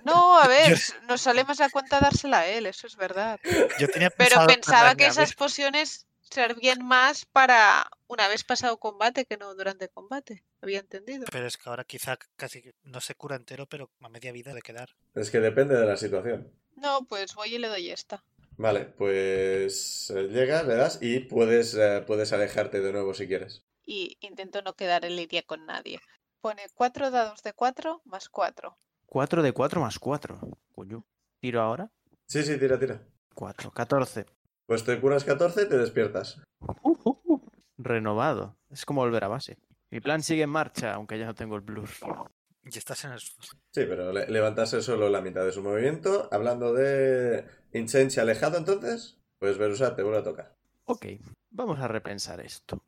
C: No, a ver,
D: Yo-
C: s- nos sale más a cuenta dársela a él, eso es verdad.
D: Yo tenía
C: Pero
D: pensado
C: pensaba
D: darle,
C: que
D: a ver,
C: esas pociones servían más para una vez pasado combate que no durante combate. Había entendido.
D: Pero es que ahora quizá casi que no se cura entero, pero a media vida de quedar.
A: Es que depende de la situación.
C: No, pues voy y le doy esta.
A: Vale, pues eh, llegas, le das y puedes, eh, puedes alejarte de nuevo si quieres.
C: Y intento no quedar en línea con nadie. Pone cuatro dados de cuatro más cuatro.
E: 4 de 4 más 4. Coño. Tiro ahora.
A: Sí, sí, tira, tira.
E: 4, 14.
A: Pues te curas 14, te despiertas.
E: Renovado. Es como volver a base. Mi plan sigue en marcha, aunque ya no tengo el blues.
D: Y estás en el suelo.
A: Sí, pero le- levantarse solo la mitad de su movimiento. Hablando de Incense alejado, entonces, pues Verusat te vuelve a tocar.
E: Ok, vamos a repensar esto.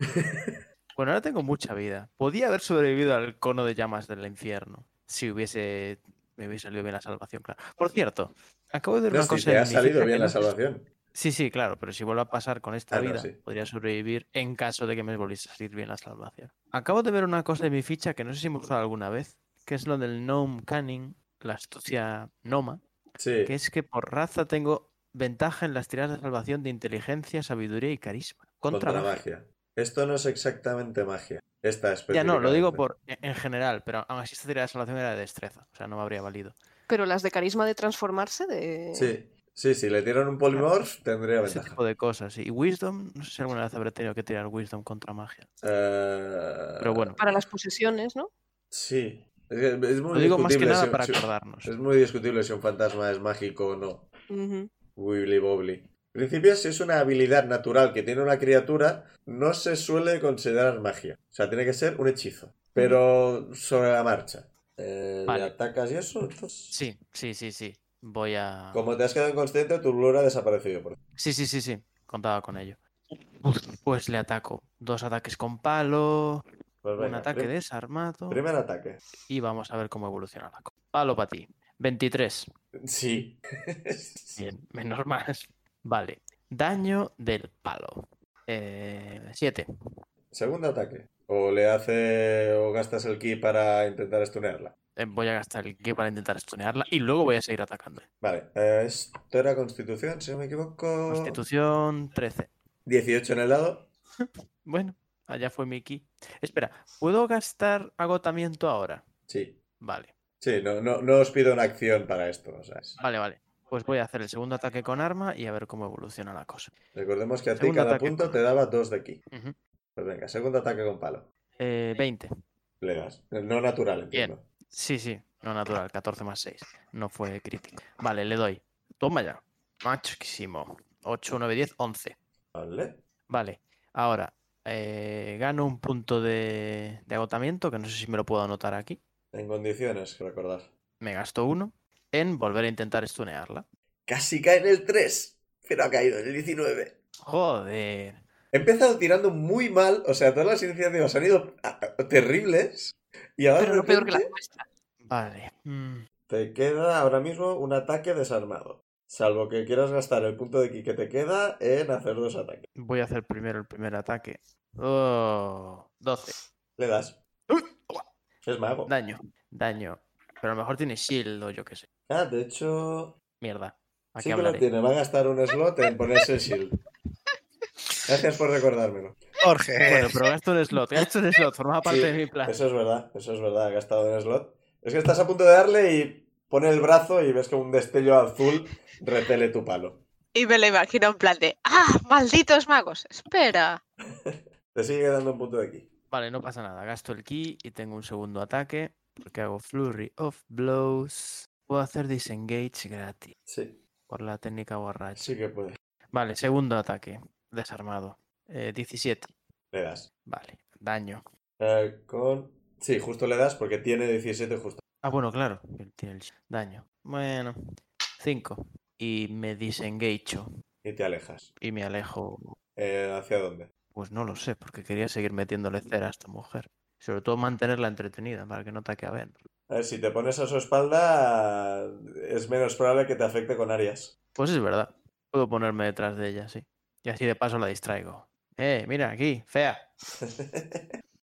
E: Bueno, ahora tengo mucha vida. Podía haber sobrevivido al cono de llamas del infierno. Si hubiese. Me hubiese salido bien la salvación, claro. Por cierto, acabo de ver
A: No,
E: una
A: si
E: cosa.
A: te
E: en
A: ha
E: mi
A: salido
E: ficha
A: bien
E: que
A: la
E: no-
A: salvación.
E: Sí, sí, claro, pero si vuelvo a pasar con esta
A: Ah, no,
E: vida,
A: sí.
E: podría sobrevivir en caso de que me volviese a salir bien la salvación. Acabo de ver una cosa de mi ficha que no sé si hemos usado alguna vez, que es lo del Gnome Canning, la astucia Noma,
A: Sí.
E: que es que por raza tengo ventaja en las tiradas de salvación de inteligencia, sabiduría y carisma. Contra,
A: Contra,
E: magia.
A: magia. Esto no es exactamente magia. Esta es
E: Ya no, lo digo por en en general, pero aún así esta tirada de salvación era de destreza, o sea, no me habría valido.
B: Pero las de carisma de transformarse, de...
A: Sí, sí, si le tiran un polymorph tendría
E: Ese
A: ventaja.
E: tipo de cosas. Y Wisdom, no sé si alguna vez habré tenido que tirar Wisdom contra magia.
A: Eh,
E: Pero bueno,
B: para las posesiones, ¿no?
A: Sí. Es, que es muy
E: lo digo más que
A: discutible
E: nada
A: si-
E: para
A: si-
E: acordarnos.
A: es muy discutible si un fantasma es mágico o no.
B: Ujú.
A: Wibbly Bobbly. En principio, si es una habilidad natural que tiene una criatura, no se suele considerar magia. O sea, tiene que ser un hechizo. Pero sobre la marcha. Eh,
E: Vale.
A: ¿Le atacas y eso? Entonces...
E: Sí, sí, sí, sí. Voy a.
A: Como te has quedado inconsciente, tu blur ha desaparecido. por-
E: Sí, sí, sí, sí. Contaba con ello. Pues le ataco. Dos ataques con palo,
A: Pues
E: un
A: venga,
E: ataque
A: prim-
E: desarmado.
A: Primer ataque.
E: Y vamos a ver cómo evoluciona la cosa. Palo para ti. 23.
A: Sí.
E: Bien, menos más. Vale. Daño del palo. Eh, 7.
A: Segundo ataque. O le hace. O gastas el ki para intentar stunearla.
E: Eh, voy a gastar el ki para intentar stunearla y luego voy a seguir atacando.
A: Vale. eh, esto era constitución, si no me equivoco.
E: Constitución 13.
A: 18 en el dado.
E: Bueno, allá fue mi ki. Espera, ¿puedo gastar agotamiento ahora?
A: Sí.
E: Vale,
A: Sí, no, no, no os pido una acción para esto. o sea, es-
E: vale, vale. Pues voy a hacer el segundo ataque con arma y a ver cómo evoluciona la cosa.
A: Recordemos que a ti
E: Segundo
A: cada
E: ataque.
A: punto te daba dos de ki.
E: Ujú.
A: Pues venga, segundo ataque con palo.
E: Eh, 20.
A: Le das. No natural, entiendo.
E: Sí, sí, no natural, 14 más 6. No fue crítico. Vale, le doy. Toma ya. Machiquísimo. 8, 9, 10, 11.
A: Vale.
E: Vale, ahora eh, gano un punto de, de agotamiento, que no sé si me lo puedo anotar aquí.
A: En condiciones, recordar.
E: Me gasto uno en volver a intentar stunearla.
A: Casi cae en el 3, pero ha caído en el 19.
E: Joder.
A: He empezado tirando muy mal, o sea, todas las iniciativas han ido ah, ah, terribles. Y ahora
B: Pero
A: de
B: no peor que la
A: repente
B: nuestra.
E: Vale. mm,
A: te queda ahora mismo un ataque desarmado. Salvo que quieras gastar el punto de ki que te queda en hacer dos ataques.
E: voy a hacer primero el primer ataque. Oh, 12.
A: Le das.
E: ¡Uy!
A: Es mago.
E: Daño, daño. Pero a lo mejor tiene shield o yo qué sé.
A: Ah, de hecho.
E: Mierda. Aquí
A: Sí que lo
E: hablaré.
A: tiene. Va a gastar un slot en ponerse el shield. Gracias por recordármelo.
D: Jorge,
E: Bueno, pero gasto un slot. Gasto un slot. Forma parte
A: Sí,
E: de mi plan.
A: Eso es verdad, eso es verdad, ha gastado un slot. Es que estás a punto de darle y pone el brazo y ves que un destello azul repele tu palo.
C: Y me lo imagino en plan de, ¡ah, malditos magos! Espera.
A: Te sigue dando un punto de aquí.
E: Vale, no pasa nada. Gasto el ki y tengo un segundo ataque. Porque hago Flurry of Blows. Puedo hacer disengage gratis.
A: Sí,
E: Por la técnica borracha.
A: sí que puede.
E: Vale, segundo ataque. Desarmado. Eh, 17.
A: Le das.
E: Vale, daño.
A: Eh, con... Sí, justo le das porque tiene 17 justo.
E: Ah, bueno, claro. él Tiene el daño. Bueno, 5. Y me disengacho.
A: Y te alejas.
E: Y me alejo.
A: Eh, ¿Hacia dónde?
E: Pues no lo sé, porque quería seguir metiéndole cera a esta mujer. Sobre todo mantenerla entretenida para que no ataque a Ben.
A: A ver, si te pones a su espalda, es menos probable que te afecte con Arias.
E: Pues es verdad. Puedo ponerme detrás de ella, sí. Y así de paso la distraigo. Eh, mira aquí, fea.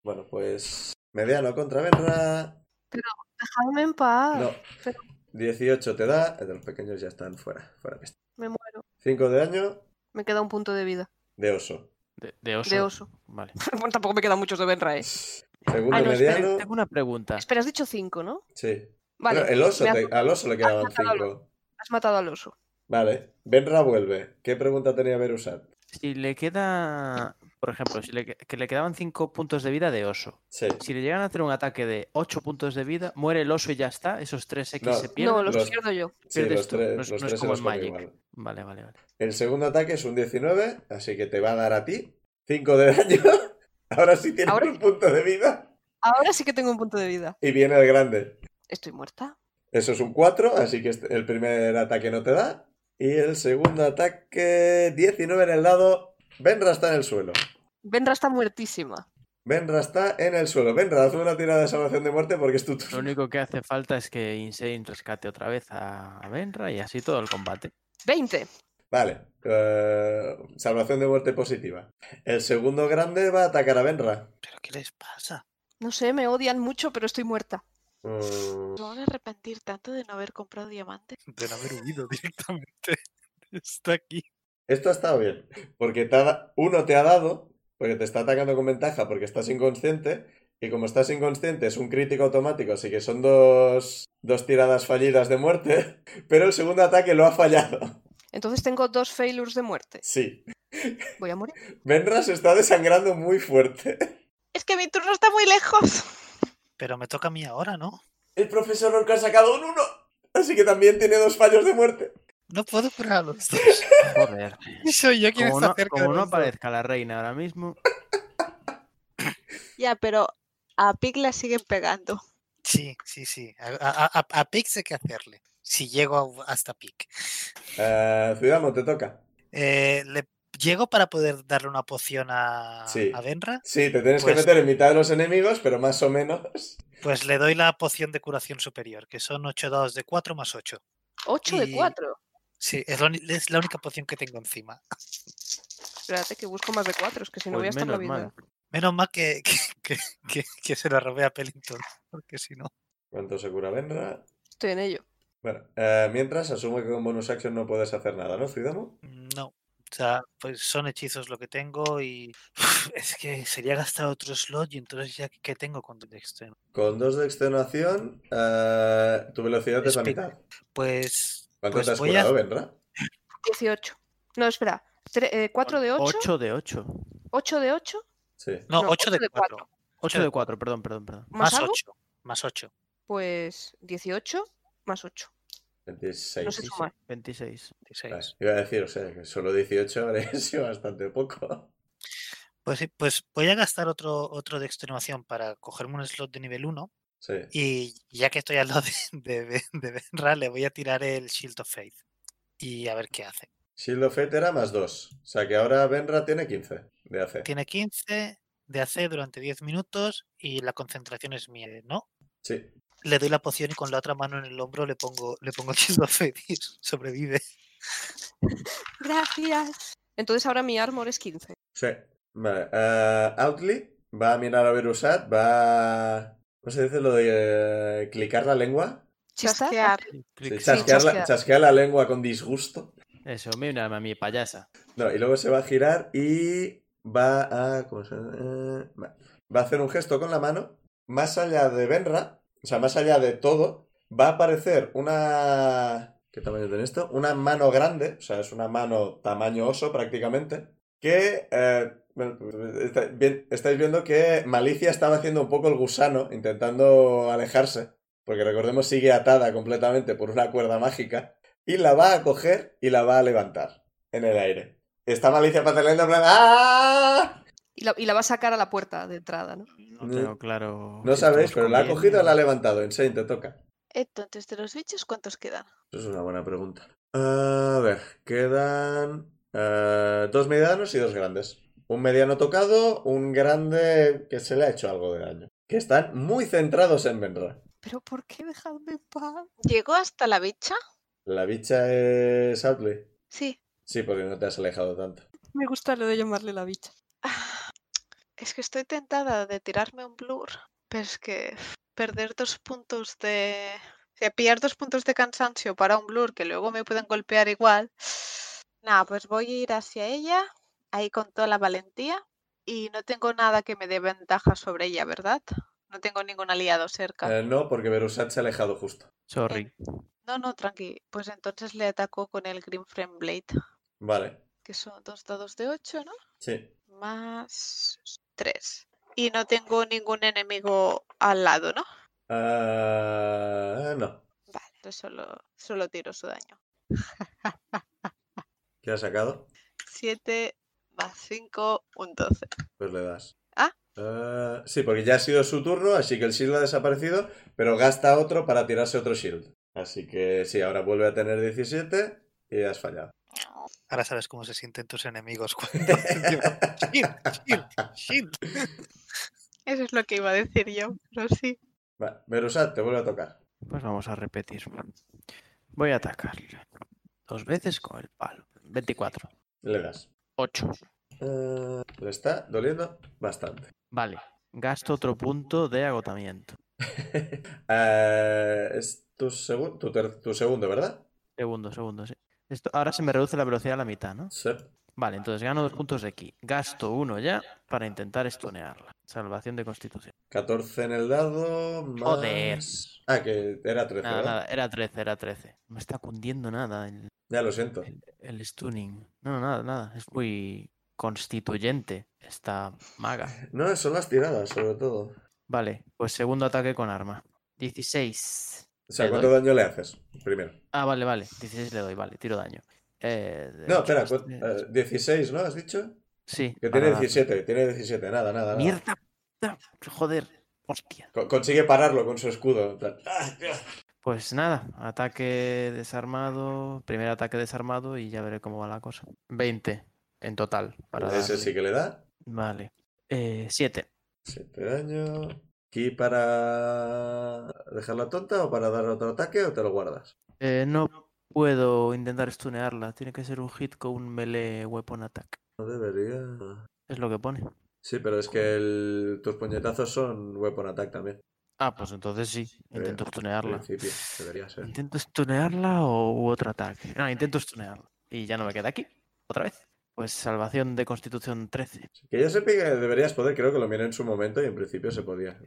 A: bueno, pues... Mediano contra Benra.
B: Dejadme en paz.
A: No. 18 te da. eh, Los pequeños ya están fuera. fuera de pista.
B: Me muero.
A: 5 de daño
B: Me queda un punto de vida.
A: de oso.
E: De, de oso.
B: De oso.
E: Vale.
B: Bueno, tampoco me quedan muchos de Benrae.
A: Segundo
B: Ah, no, espera,
A: mediano.
E: Tengo una pregunta.
B: Espera, has dicho cinco, ¿no?
A: Sí.
B: Vale.
A: Pero el oso,
B: me has-
A: te- al oso le quedaban
B: matado al
A: 5.
B: Has matado al oso.
A: Vale. Benra vuelve. ¿Qué pregunta tenía Berusat?
E: Si le queda, por ejemplo, si le, que- que le quedaban 5 puntos de vida de oso.
A: Sí.
E: Si le llegan a hacer un ataque de 8 puntos de vida, muere el oso y ya está. Esos 3 X
A: No.
E: se pierden.
B: No, los,
A: Los-
B: pierdo yo.
A: Sí,
E: Pierdes
A: los
E: tú,
A: tres,
E: no es-
A: los
E: no es
A: tres se
E: como
A: los
E: en
A: come
E: Magic.
A: igual.
E: Vale, vale, vale.
A: El segundo ataque es un 19, así que te va a dar a ti 5 de daño. Ahora sí tienes
B: Ahora-
A: un punto de vida.
B: Ahora sí que tengo un punto de vida.
A: Y viene el grande.
B: Estoy muerta.
A: Eso es un 4, así que este- el primer ataque no te da. Y el segundo ataque, 19 en el lado. Benra está en el suelo.
B: Benra está muertísima.
A: Benra está en el suelo. Benra, haz una tirada de salvación de muerte porque es tu
E: Lo
A: turno.
E: único que hace falta es que Insane rescate otra vez a a Benra y así todo el combate.
B: 20.
A: Vale. eh, salvación de muerte positiva. El segundo grande va a atacar a Benra.
D: ¿Pero qué les pasa?
B: No sé, me odian mucho, pero estoy muerta.
A: Mm,
C: ¿Se van a arrepentir tanto de no haber comprado diamantes?
D: De no haber huido directamente. Está aquí.
A: Esto ha estado bien. Porque te ha da- uno te ha dado, porque te está atacando con ventaja, porque estás inconsciente. Y como estás inconsciente, es un crítico automático, así que son dos, dos tiradas fallidas de muerte. Pero el segundo ataque lo ha fallado.
B: Entonces tengo dos failures de muerte.
A: Sí.
B: Voy a morir.
A: Benra se está desangrando muy fuerte.
C: Es que mi turno está muy lejos.
D: Pero me toca a mí ahora, ¿no?
A: El profesor Orca ha sacado un 1. Así que también tiene dos fallos de muerte.
D: No puedo curar a los dos.
E: Joder.
D: Y soy yo quien
E: Como
D: está
E: no,
D: cerca
E: como
D: de
E: no
D: los dos.
E: aparezca la reina ahora mismo,
C: Ya, pero a Pig la siguen pegando.
D: Sí, sí, sí. A, a, a- a Pic sé qué hacerle. Si llego a- hasta Pic.
A: Eh, Zuidamo, te toca.
D: Eh, ¿le llego para poder darle una poción a,
A: Sí.
D: a Benra?
A: Sí, te tienes
D: Pues-
A: que meter en mitad de los enemigos, pero más o menos.
D: Pues le doy la poción de curación superior, que son 8 dados de 4 más 8.
B: 8 de
D: Y-
B: 4.
D: Sí, es, la uni- es la única poción que tengo encima.
B: Espérate que busco más de 4, es que si no voy a
E: pues
B: estar la
E: menos
B: vida.
E: mal.
D: Menos mal que, que, que- que- que se la robé a Pellington, porque si no.
A: ¿Cuánto se cura Benra?
B: Estoy en ello.
A: Bueno, eh, mientras asumo que con bonus action no puedes hacer nada, ¿no, Zuidamo?
D: No. O sea, pues son hechizos lo que tengo y es que sería gastar otro slot y entonces ya que tengo con el externo.
A: Con dos de extenuación, eh, tu velocidad es la
D: Espera.
A: mitad.
D: Pues,
A: ¿Cuánto
D: pues
A: te has
D: voy a
A: curado, Benra?
B: 18. No, espera. 4 de 8.
E: 8 de 8.
B: 8 de 8.
A: Sí.
D: No,
B: No,
D: 8
B: ocho
D: de
B: de
D: 4.
B: cuatro.
E: 8 de 4, perdón, perdón, perdón.
B: ¿Más,
D: Más
B: algo?
D: 8. Más 8.
B: Pues 18 más 8.
A: 26.
B: No sé
E: Sí, sí,
B: sumar.
E: 26.
A: Vale, Ah, iba a decir, o sea, que solo 18 habría sido bastante poco.
D: Pues, sí, pues voy a gastar otro, otro de extenuación para cogerme un slot de nivel 1
A: Sí.
D: y ya que estoy al lado de, de, Ben- de Benra le voy a tirar el Shield of Faith y a ver qué hace.
A: Shield of Fate era más 2. O sea que ahora Benra tiene 15 de AC.
D: Tiene 15 de AC durante 10 minutos y la concentración es mía, ¿no?
A: Sí.
D: Le doy la poción y con la otra mano en el hombro le pongo, le pongo el Shield of Faith y sobrevive.
B: Gracias. Entonces ahora mi armor es 15.
A: Sí. Vale. eh, Outly va a mirar a Verusat, va a... ¿Cómo se dice lo de eh, clicar la lengua?
B: ¿Chastar?
C: Chasquear.
A: Sí,
E: Clic,
A: chasquear, la-
B: chasquear.
A: chasquear la lengua con disgusto.
E: Eso, mira, a mi payasa.
A: No, y luego se va a girar y va a. ¿cómo se llama? Eh, va- Va a hacer un gesto con la mano. Más allá de Benra, o sea, más allá de todo, va a aparecer una. ¿Qué tamaño tiene esto? Una mano grande, o sea, es una mano tamaño oso prácticamente. Que. eh, bueno, está- bien- estáis viendo que Malicia estaba haciendo un poco el gusano, intentando alejarse. Porque recordemos, sigue atada completamente por una cuerda mágica. Y la va a coger y la va a levantar en el aire. Está Malicia Paternal en plan, ¡ah!
B: Y la, y la va a sacar a la puerta de entrada, ¿no?
E: No
A: Mm.
E: tengo claro.
A: No
E: si
A: sabéis,
E: esto
A: pero
E: nos
A: la ha
E: conviene.
A: cogido o la ha levantado. Insane, te toca.
C: Entonces, de los bichos, ¿cuántos quedan?
A: Eso es una buena pregunta. A ver, quedan eh, dos medianos y dos grandes. Un mediano tocado, un grande que se le ha hecho algo de daño. Que están muy centrados en Benra.
B: Pero ¿por qué dejadme en paz?
C: ¿Llegó hasta la bicha?
A: La bicha es Outley.
C: Sí.
A: Sí, porque no te has alejado tanto.
B: Me gusta lo de llamarle la bicha.
C: Es que estoy tentada de tirarme un blur, pero es que perder dos puntos de... O sea, pillar dos puntos de cansancio para un blur que luego me pueden golpear igual. Nada, pues voy a ir hacia ella, ahí con toda la valentía. Y no tengo nada que me dé ventaja sobre ella, ¿verdad? No tengo ningún aliado cerca.
A: Eh, no, porque Verusat se ha alejado justo.
E: Sorry.
C: No, no, tranqui. Pues entonces le atacó con el Green Frame Blade,
A: Vale,
C: que son dos dados de 8, ¿no?
A: sí.
C: Más 3. Y no tengo ningún enemigo al lado, ¿no?
A: Ah, no.
C: Vale, entonces solo, solo tiro su daño.
A: ¿Qué ha sacado?
C: 7 más 5, un 12.
A: Pues le das.
C: Ah.
A: Ah, sí, porque ya ha sido su turno, así que el shield ha desaparecido, pero gasta otro para tirarse otro shield. Así que sí, ahora vuelve a tener 17 y has fallado.
D: Ahora sabes cómo se sienten tus enemigos cuando. Shield, shield, shield.
C: Eso es lo que iba a decir yo, pero sí.
A: Vale, Merusat, te vuelve a tocar.
E: Pues vamos a repetir. Voy a atacar dos veces con el palo. 24.
A: Le das.
E: 8.
A: Ah, le está doliendo bastante.
E: Vale. Gasto otro punto de agotamiento.
A: Ah, es tu, segun- tu, ter- tu segundo, ¿verdad?
E: Segundo, segundo, sí. Esto, ahora se me reduce la velocidad a la mitad, ¿no?
A: Sí.
E: Vale, entonces gano dos puntos de aquí. Gasto uno ya para intentar estonearla. Salvación de constitución.
A: 14 en el dado. Más...
E: Joder.
A: Ah, que era 13,
E: Nada,
A: ¿verdad?
E: nada, era 13, era 13. No me está cundiendo nada el,
A: Ya lo siento.
E: el, el stunning. No, nada, nada. Es muy constituyente esta maga.
A: No, son las tiradas, sobre todo.
E: Vale, pues segundo ataque con arma. 16.
A: O sea,
E: Le
A: ¿cuánto
E: doy.
A: daño le haces? Primero.
E: Ah, vale, vale. 16 le doy, vale, tiro daño. Eh, de
A: No,
E: ocho
A: espera,
E: más
A: cu-
E: tres.
A: eh, 16, ¿no? ¿Has dicho?
E: Sí.
A: Que
E: para
A: tiene
E: dar-
A: 17, tiene 17, nada, nada. nada.
E: Mierda, puta, joder, hostia.
A: Co- consigue pararlo con su escudo. en plan, ¡ah!
E: Pues nada, ataque desarmado, primer ataque desarmado y ya veré cómo va la cosa. 20 en total. Para
A: Ese
E: darle.
A: sí que le da.
E: Vale. Eh, 7.
A: 7 daño. ¿Aquí para dejarla tonta o para dar otro ataque o te lo guardas?
E: Eh, no puedo intentar stunearla. Tiene que ser un hit con un melee weapon attack.
A: No debería.
E: Es lo que pone.
A: Sí, pero es que el- tus puñetazos son weapon attack también.
E: Ah, pues entonces sí. Intento
A: En
E: stunearla.
A: principio, debería ser.
E: Intento stunearla o u otro ataque. No, intento stunearla. Y ya no me queda aquí. Otra vez. Pues salvación de constitución 13.
A: Que yo sepa que deberías poder, creo que lo miré en su momento y en principio se podía.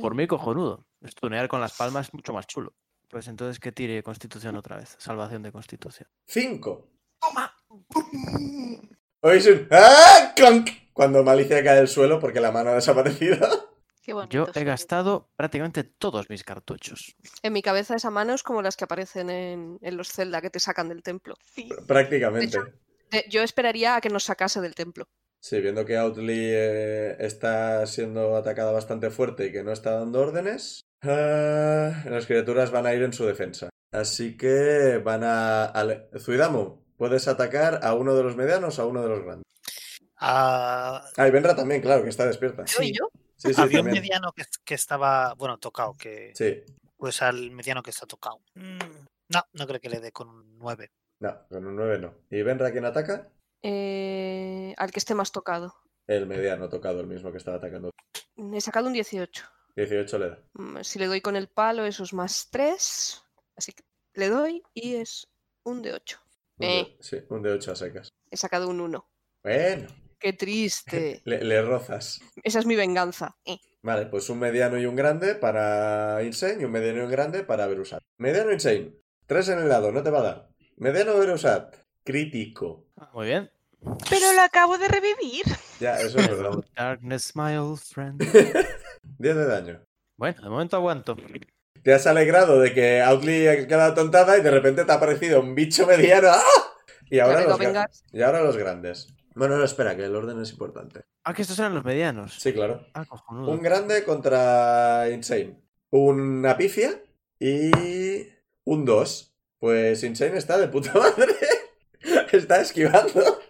E: Por mí cojonudo. Stunear con las palmas es mucho más chulo. Pues entonces que tire constitución otra vez. Salvación de constitución.
A: 5. Oís un ¡Ah! clonk! Cuando Malicia cae del suelo porque la mano ha desaparecido.
C: Qué bonito.
E: Yo he
C: sonido.
E: gastado prácticamente todos mis cartuchos.
B: En mi cabeza esa mano es como las que aparecen en, en los Zelda que te sacan del templo.
C: Sí.
A: Prácticamente.
B: Eh, Yo esperaría a que nos sacase del templo.
A: Sí, viendo que Outly eh, está siendo atacada bastante fuerte y que no está dando órdenes, ah, las criaturas van a ir en su defensa. Así que van a... ale- Zuidamu, puedes atacar a uno de los medianos o a uno de los grandes.
D: A,
A: Ah, y Benra también, claro, que está despierta.
B: Yo y
D: Sí.
B: yo.
A: Sí, sí,
D: había un
A: también.
D: mediano que, que estaba, bueno, tocado, que
A: Sí,
D: pues al mediano que está tocado. Mm, No, no creo que le dé con un 9.
A: no, con un 9 no. ¿Y Benra quién ataca?
B: Eh, al que esté más tocado.
A: El mediano tocado, el mismo que estaba atacando.
B: He sacado un 18.
A: 18 le da.
B: Mm, Si le doy con el palo, eso es más 3. Así que le doy y es un de 8.
A: Un
B: Eh.
A: de- Sí, un de 8 a secas.
B: He sacado un 1.
A: Bueno,
B: Qué triste.
A: le, le rozas.
B: Esa es mi venganza. Eh.
A: Vale, pues un mediano y un grande para Insane y un mediano y un grande para Verusat. Mediano Insane. Tres en el lado, no te va a dar. Mediano Verusat. Crítico.
E: Ah, Muy bien.
C: Pero lo acabo de revivir.
A: Ya, eso es verdad.
E: Darkness, my old friend.
A: 10 de daño.
E: Bueno, de momento aguanto.
A: Te has alegrado de que Outly ha quedado tontada y de repente te ha aparecido un bicho mediano. ¡Ah! Y
B: Ya
A: ahora,
B: vengo a
A: los gra-
B: vengarse.
A: y ahora los grandes. Bueno, no, espera, que el orden es importante.
E: Ah, que estos eran los medianos.
A: Sí, claro.
E: Ah, cojonudo.
A: Un grande contra Insane. Una pifia y un 2. Pues Insane está de puta madre. Está esquivando.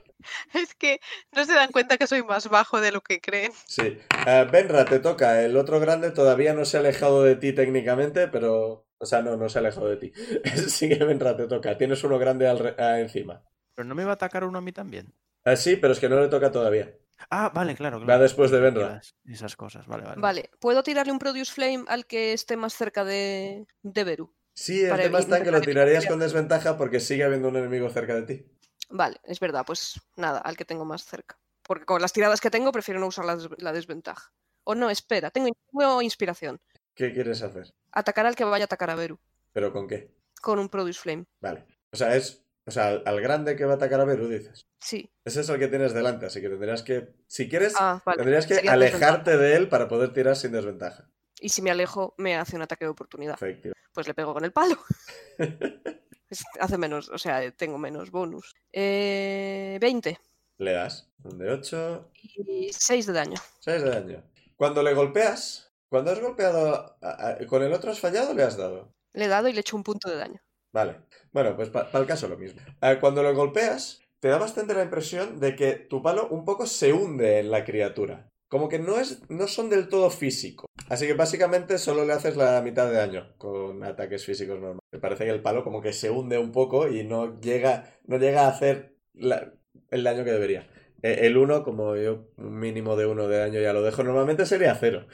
C: Es que no se dan cuenta que soy más bajo de lo que creen.
A: Sí. Eh, Benra, te toca. El otro grande todavía no se ha alejado de ti técnicamente, pero... O sea, no, no se ha alejado de ti. Así que Benra, te toca. Tienes uno grande al re- ah, encima.
E: Pero no me iba a atacar uno a mí también.
A: Ah, sí, pero es que no le toca todavía.
E: Ah, vale, claro,
A: Va
E: claro.
A: después de Benra.
E: Esas- Esas cosas, vale, vale.
B: Vale, ¿puedo tirarle un Produce Flame al que esté más cerca de, de Beru?
A: Sí, el
B: Para
A: tema está en que lo
B: evitar-
A: tirarías con desventaja porque sigue habiendo un enemigo cerca de ti.
B: Vale, es verdad, pues nada, al que tengo más cerca. Porque con las tiradas que tengo prefiero no usar la, des- la desventaja. O no, espera, tengo, tengo inspiración.
A: ¿Qué quieres hacer?
B: Atacar al que vaya a atacar a Beru.
A: ¿Pero con qué?
B: con un Produce Flame.
A: Vale. O sea, es. O sea, al, al grande que va a atacar a Beru, dices.
B: Sí.
A: Ese es el que tienes delante, así que tendrías que. Si quieres,
B: Ah, vale.
A: tendrías que
B: Sería
A: alejarte
B: desventaja.
A: de él para poder tirar sin desventaja.
B: Y si me alejo, me hace un ataque de oportunidad.
A: Efectivo.
B: Pues le pego con el palo. Es- hace menos, o sea, tengo menos bonus. Eh, 20
A: Le das. Un de 8.
B: y 6 de daño.
A: 6 de daño. Cuando le golpeas. Cuando has golpeado. a- a- ¿Con el otro has fallado o le has dado?
B: Le he dado y le he hecho un punto de daño.
A: Vale. Bueno, pues para el caso lo mismo. Ah, cuando lo golpeas, te da bastante la impresión de que tu palo un poco se hunde en la criatura. Como que no, es, no son del todo físico. Así que básicamente solo le haces la mitad de daño con ataques físicos normales. Me parece que el palo como que se hunde un poco y no llega, no llega a hacer la- el daño que debería. Eh, El 1, como yo un mínimo de 1 de daño ya lo dejo, normalmente sería 0.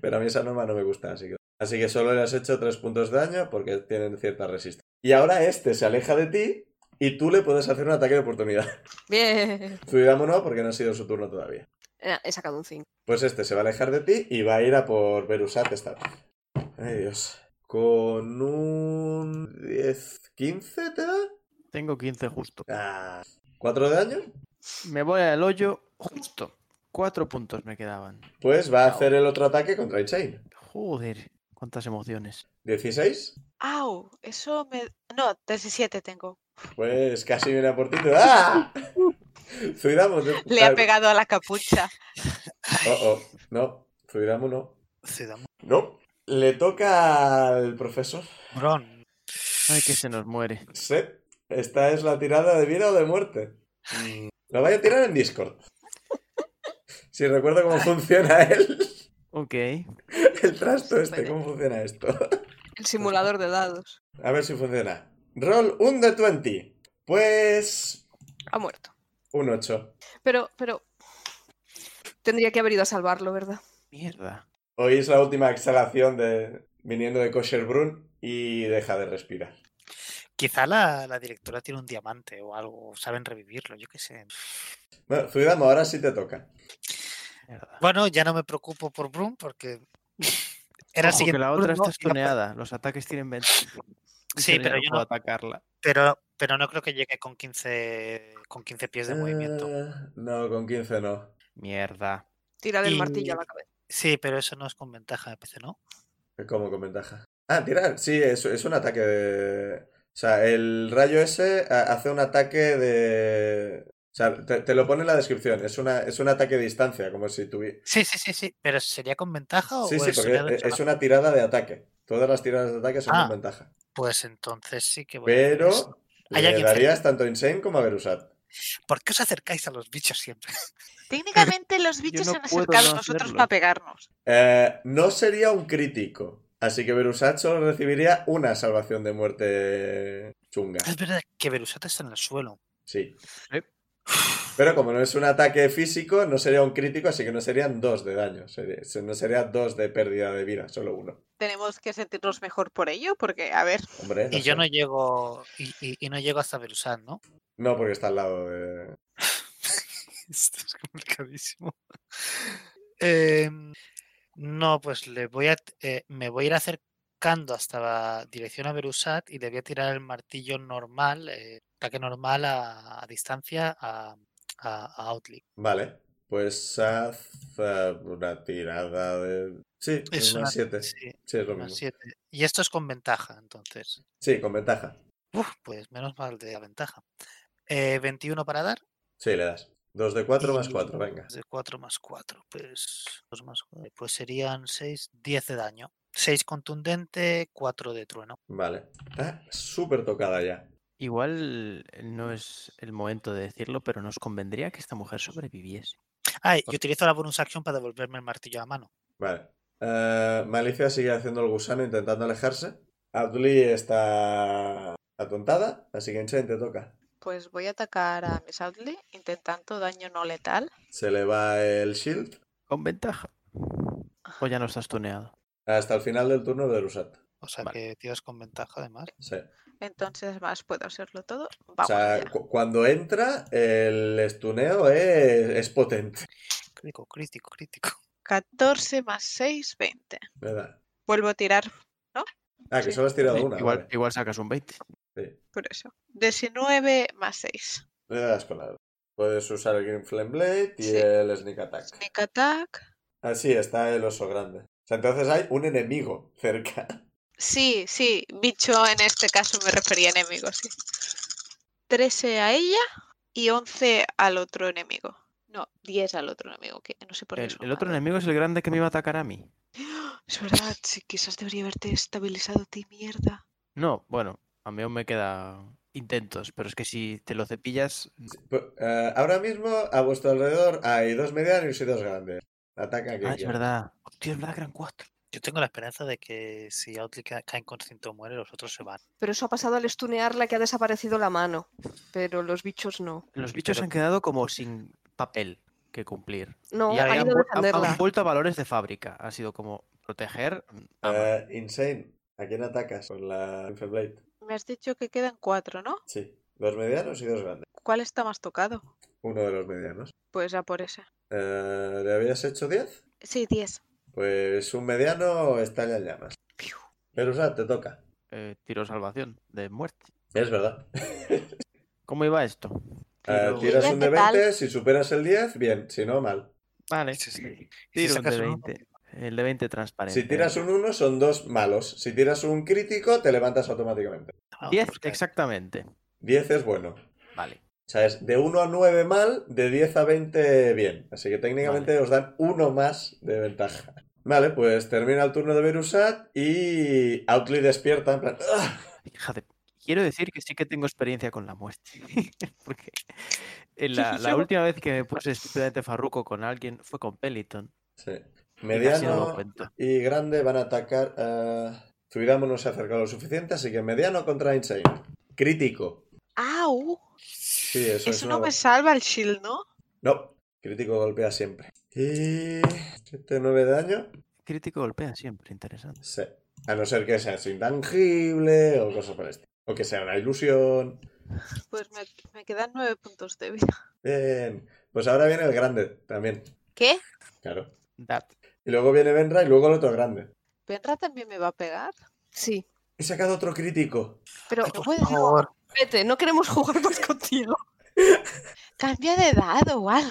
A: Pero a mí esa norma no me gusta, así que Así que solo le has hecho 3 puntos de daño porque tienen cierta resistencia. Y ahora este se aleja de ti y tú le puedes hacer un ataque de oportunidad.
B: Bien.
A: Cuidamos no porque no ha sido su turno todavía.
B: Eh, He sacado un 5.
A: Pues este se va a alejar de ti y va a ir a por Berusat esta vez. Ay Dios. Con un 10, 15 te da.
E: Tengo 15 justo.
A: Ah, ¿Cuatro de daño?
E: Me voy al hoyo justo. Cuatro puntos me quedaban.
A: Pues va a hacer el otro ataque contra Chain.
E: Joder, cuántas emociones.
A: 16.
C: Au, eso me... No, 17 tengo.
A: Pues casi viene a por ti. te da- ¡Ah! Zuidamo, te-
C: Le ha
A: ah,
C: pegado a la capucha.
A: Oh, oh. No, Zuidamo no.
D: Zidane
A: No. Le toca al profesor.
D: Bron.
E: Ay, que se nos muere.
A: Sep, esta es la tirada de vida o de muerte. Mm, La voy a tirar en Discord. Si recuerdo cómo funciona el,
E: Ok.
A: el trasto este, cómo funciona esto.
B: El simulador de dados.
A: A ver si funciona. Roll un de 20. Pues
B: Ha muerto.
A: un 8.
B: Pero, pero. Tendría que haber ido a salvarlo, ¿verdad?
E: Mierda.
A: Oís la última exhalación de, viniendo de Kosher Brun y deja de respirar.
D: Quizá la, la directora tiene un diamante o algo, o saben revivirlo, yo qué sé.
A: Bueno, Zuidamo, ahora sí te toca.
E: mierda.
D: Bueno, ya no me preocupo por Brum porque era el
E: Ojo,
D: siguiente
E: que la otra
D: turno
E: está
D: y no-
E: stuneada. Los ataques tienen 20. Y
D: Sí,
E: yo ya
D: pero
E: no
D: yo
E: puedo
D: no-
E: atacarla.
D: pero, pero no creo que llegue con 15, con 15 pies de movimiento.
A: Eh, no, con 15 no.
E: Mierda.
B: Tirar
D: Y-
B: el martillo a la cabeza.
D: Sí, pero eso no es con ventaja, me parece, ¿no?
A: ¿Cómo con ventaja? Ah, tirar. Sí, es, es un ataque de... O sea, el rayo ese ha- hace un ataque de... O sea, te, te lo pone en la descripción. Es, una, es un ataque de distancia, como si tuviera...
D: Sí, sí, sí, sí. ¿Pero sería con ventaja o
A: Sí, sí,
D: es
A: porque
D: soleado y
A: es, es
D: solapa?
A: una tirada de ataque. Todas las tiradas de ataque son
D: Ah,
A: con ventaja.
D: Pues entonces sí que voy a hacer
A: Pero
D: eso. Hay
A: le
D: alguien
A: darías tanto a Insane como a Berusat.
D: ¿Por qué os acercáis a los bichos siempre?
C: Técnicamente los bichos
E: no
C: se han
E: puedo
C: acercado
E: no
C: a nosotros
E: hacerlo.
C: para pegarnos.
A: Eh, no sería un crítico. Así que Berusat solo recibiría una salvación de muerte chunga.
D: Es verdad que Berusata está en el suelo.
A: Sí.
E: Sí.
A: Pero como no es un ataque físico, no sería un crítico, así que no serían dos de daño. sería- se- no sería dos de pérdida de vida, solo uno.
C: Tenemos que sentirnos mejor por ello, porque, a ver,
A: Hombre,
D: Y yo
A: sé.
D: no llego y, y- y no llego hasta Berusat, ¿no?
A: No, porque está al lado de.
D: Esto es complicadísimo. Em, no, pues le voy a, eh, me voy a ir acercando hasta la dirección a Berusat y le voy a tirar el martillo normal, eh, ataque normal a, a distancia a, a, a Outlick.
A: Vale. Pues haz eh, una tirada de. Sí, es
D: una-
A: más siete. Sí,
D: sí,
A: es lo
D: más
A: mismo.
D: siete. Y esto es con ventaja, entonces.
A: Sí, con ventaja.
D: Uf, pues menos mal de la ventaja. Eh, 21 para dar.
A: Sí, le das. Dos de cuatro más
D: y
A: cuatro, venga.
D: De 4 más 4, pues, dos más cuatro, pues serían 6, 10 de daño. 6 contundente, 4 de trueno.
A: Vale. Está súper tocada ya.
E: Igual eh, no es el momento de decirlo, pero nos convendría que esta mujer sobreviviese.
D: Ah, y utilizo la bonus action para devolverme el martillo a mano.
A: Vale. Eh, Malicia sigue haciendo el gusano intentando alejarse. Abduli está atontada, así que Enchen te toca.
C: pues voy a atacar a Miss Audley intentando daño no letal.
A: Se le va el shield
E: Con ventaja. O ya no estás tuneado.
A: hasta el final del turno de Rusat.
D: O sea
E: Vale.
D: que tiras con ventaja además.
A: Sí.
C: Entonces, más puedo hacerlo todo.
A: O
C: Vamos
A: sea,
C: allá.
A: cu- cuando entra, el estuneo es, es potente.
D: Crítico, crítico, crítico.
C: 14 más 6, 20.
A: ¿verdad?
C: Vuelvo a tirar
A: Ah, que solo has tirado
E: Sí,
A: una.
E: igual,
A: vale.
E: igual sacas un 20.
C: Por eso. 19 más 6.
A: Le das con la- Puedes usar el Green Flame Blade y
C: Sí.
A: el Sneak Attack.
C: Sneak attack.
A: Así está el oso grande. O sea, entonces hay un enemigo cerca.
C: Sí, sí. Bicho en este caso me refería a enemigo, sí. 13 a ella y 11 al otro enemigo. No, 10 al otro enemigo, que no sé por qué.
E: El,
C: es un
E: el otro
C: malo.
E: enemigo es el grande que me iba a atacar a mí.
C: Es verdad, sí, quizás debería haberte estabilizado a ti, mierda.
E: No, bueno, a mí aún me queda intentos, pero es que si te lo cepillas,
A: Pu- eh, ahora mismo a vuestro alrededor hay dos medianos y dos grandes. Ataca a quien
E: Ah, es
A: quiera.
E: verdad. Hostia, es verdad que eran cuatro.
D: Yo tengo la esperanza de que si Outly ca- cae inconsciente o muere, los otros se van.
B: Pero eso ha pasado al estunearla que ha desaparecido la mano. Pero los bichos no.
E: Los bichos
D: Pero-
E: han quedado como sin papel que cumplir.
B: No,
E: y
B: ha
E: ahora han,
B: ido a
E: vu- han- han
B: defenderla.
E: vuelto a valores de fábrica. Ha sido como proteger. ama.
A: Eh, insane. ¿A quién atacas? Con la Infernal Blade.
C: Me has dicho que quedan cuatro, ¿no?
A: Sí. Dos medianos y dos grandes.
C: ¿Cuál está más tocado?
A: Uno de los medianos.
C: Pues a por ese.
A: Eh, ¿Le habías hecho 10?
C: Sí, 10.
A: Pues un mediano estalla en llamas. Pero, o sea, te toca.
E: Eh, tiro salvación de muerte.
A: Es verdad.
E: ¿Cómo iba esto?
A: Eh,
E: Tiro-
A: tiras un de
C: ¿Qué tal?
A: 20, si superas el 10, bien, si no, mal.
E: Vale.
D: Sí, sí. Y si
E: Tiro un
D: sacas
E: de
D: un uno,
E: 20. El de 20 transparente.
A: Si tiras un 1, son dos malos. Si tiras un crítico, te levantas automáticamente.
D: vamos,
E: 10,
D: porque-
E: exactamente.
A: 10 es bueno.
E: Vale.
A: O sea, es de 1 a 9 mal, de 10 a 20 bien. Así que técnicamente os dan uno más de ventaja. Vale, pues termina el turno de Berusat y Outly despierta en plan... ¡ah! "Ugh".
E: Hija de- Quiero decir que sí que tengo experiencia con la muerte. Porque en la, la última vez que me puse estúpidamente farruco con alguien fue con Peliton.
A: Sí.
E: y casi no lo
A: Mediano
E: cuento.
A: y grande van a atacar... a... Zuidamo no se ha acercado lo suficiente, así que mediano contra Insane. Crítico.
C: ¡Au!
A: Sí, eso, es
C: Ah, uh, Eso no
A: una-
C: me salva el shield, ¿no?
A: No, crítico golpea siempre. Y... 7, 9 de daño.
E: Crítico golpea siempre, interesante.
A: Sí. A no ser que seas intangible o cosas por el estilo. O que sea una ilusión.
C: Pues me, me quedan 9 puntos de vida.
A: Bien. Pues ahora viene el grande también.
C: ¿Qué?
A: Claro.
E: Dat.
A: Y luego viene Benra y luego el otro grande.
C: ¿Penra también me va a pegar?
B: Sí.
A: He sacado otro crítico.
B: Pero
D: Ay, por
C: puede-
D: favor.
B: vete, no queremos jugar más contigo.
C: Cambia de dado o algo.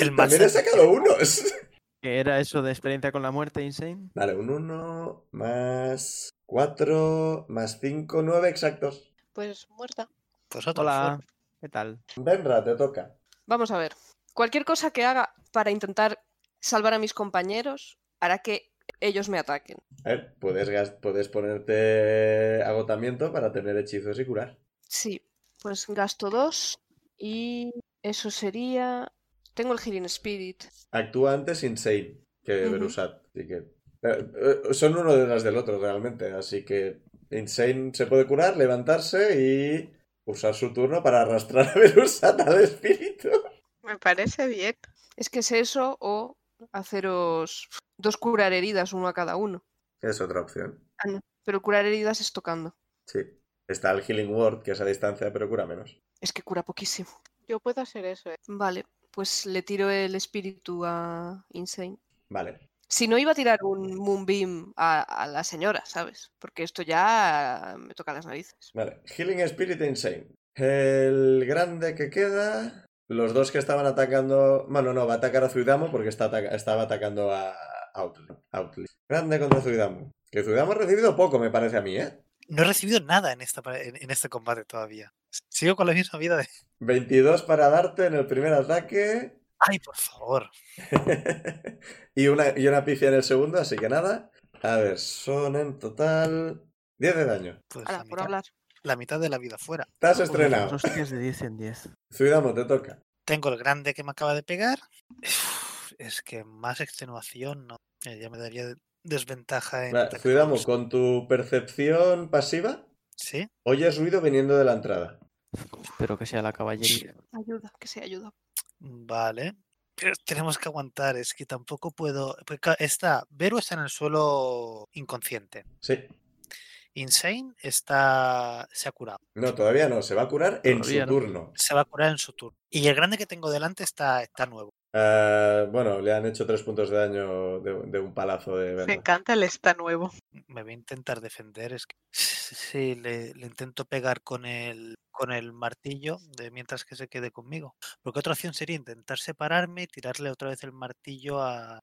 D: El más
A: También he
D: cerca-
A: sacado unos.
E: ¿Qué era eso de experiencia con la muerte, Insane?
A: Vale, un 1 más 4 más 5, 9 exactos.
C: Pues muerta.
D: Pues otro,
E: Hola, ¿qué tal?
A: Benra, te toca.
B: Vamos a ver. Cualquier cosa que haga para intentar salvar a mis compañeros hará que ellos me ataquen.
A: A ver, puedes, gas- puedes ponerte agotamiento para tener hechizos y curar.
B: Sí, pues gasto dos y eso sería... Tengo el Healing Spirit.
A: Actúa antes Insane que
B: Ujú.
A: Berusat. Así que. eh, eh, son uno detrás del otro realmente. Así que Insane se puede curar, levantarse y usar su turno para arrastrar a Berusat al espíritu.
C: Me parece bien.
B: Es que es eso o haceros dos curar heridas, uno a cada uno.
A: Es otra opción.
B: Pero curar heridas es tocando.
A: Sí. Está el Healing Word, que es a distancia, pero cura menos.
B: Es que cura poquísimo.
C: Yo puedo hacer eso, ¿eh?
B: Vale, pues le tiro el espíritu a Insane.
A: Vale.
B: Si no, iba a tirar un Moonbeam a, a la señora, ¿sabes? Porque esto ya me toca las narices.
A: Vale. Healing Spirit e Insane. El grande que queda. Los dos que estaban atacando. Bueno, no, va a atacar a Zuidamo porque está ataca- estaba atacando a Outly. Outly. Grande contra Zuidamo. Que Zuidamo ha recibido poco, me parece a mí, ¿eh?
D: No he recibido nada en, esta, pa- en, en este combate todavía. Sigo con la misma vida de.
A: 22 para darte en el primer ataque.
D: Ay, por favor.
A: y, una, y una pifia en el segundo, así que nada. A ver, son en total 10 de daño.
D: Pues
B: Ala,
D: la,
B: por
D: mitad,
B: hablar.
D: la mitad de la vida fuera.
A: Estás
E: Joder,
A: estrenado.
E: las hostias de 10 en 10.
A: Zuidamo, te toca.
D: Tengo el grande que me acaba de pegar. Es que más extenuación no. Eh, Ya me daría desventaja en.
A: Vale,
D: ataque
A: Zuidamo,
D: bonus.
A: con tu percepción pasiva,
D: Sí.
A: oyes ruido viniendo de la entrada.
E: Espero que sea la caballería.
B: Ayuda, que sea ayuda.
D: Vale. Pero tenemos que aguantar, es que pues tampoco puedo. porque ca- Está, Vero está en el suelo inconsciente.
A: Sí.
D: Insane está, se ha curado.
A: No, todavía no. Se va a curar en su
E: Todavía no.
A: turno.
D: Se va a curar en su turno. Y el grande que tengo delante está, está nuevo.
A: Ah, bueno, le han hecho tres puntos de daño de, de un palazo de
C: Me
A: vendas.
C: encanta el está nuevo.
D: Me voy a intentar defender. Es que sí, le, le intento pegar con el, con el martillo de mientras que se quede conmigo. Porque otra opción sería intentar separarme y tirarle otra vez el martillo a.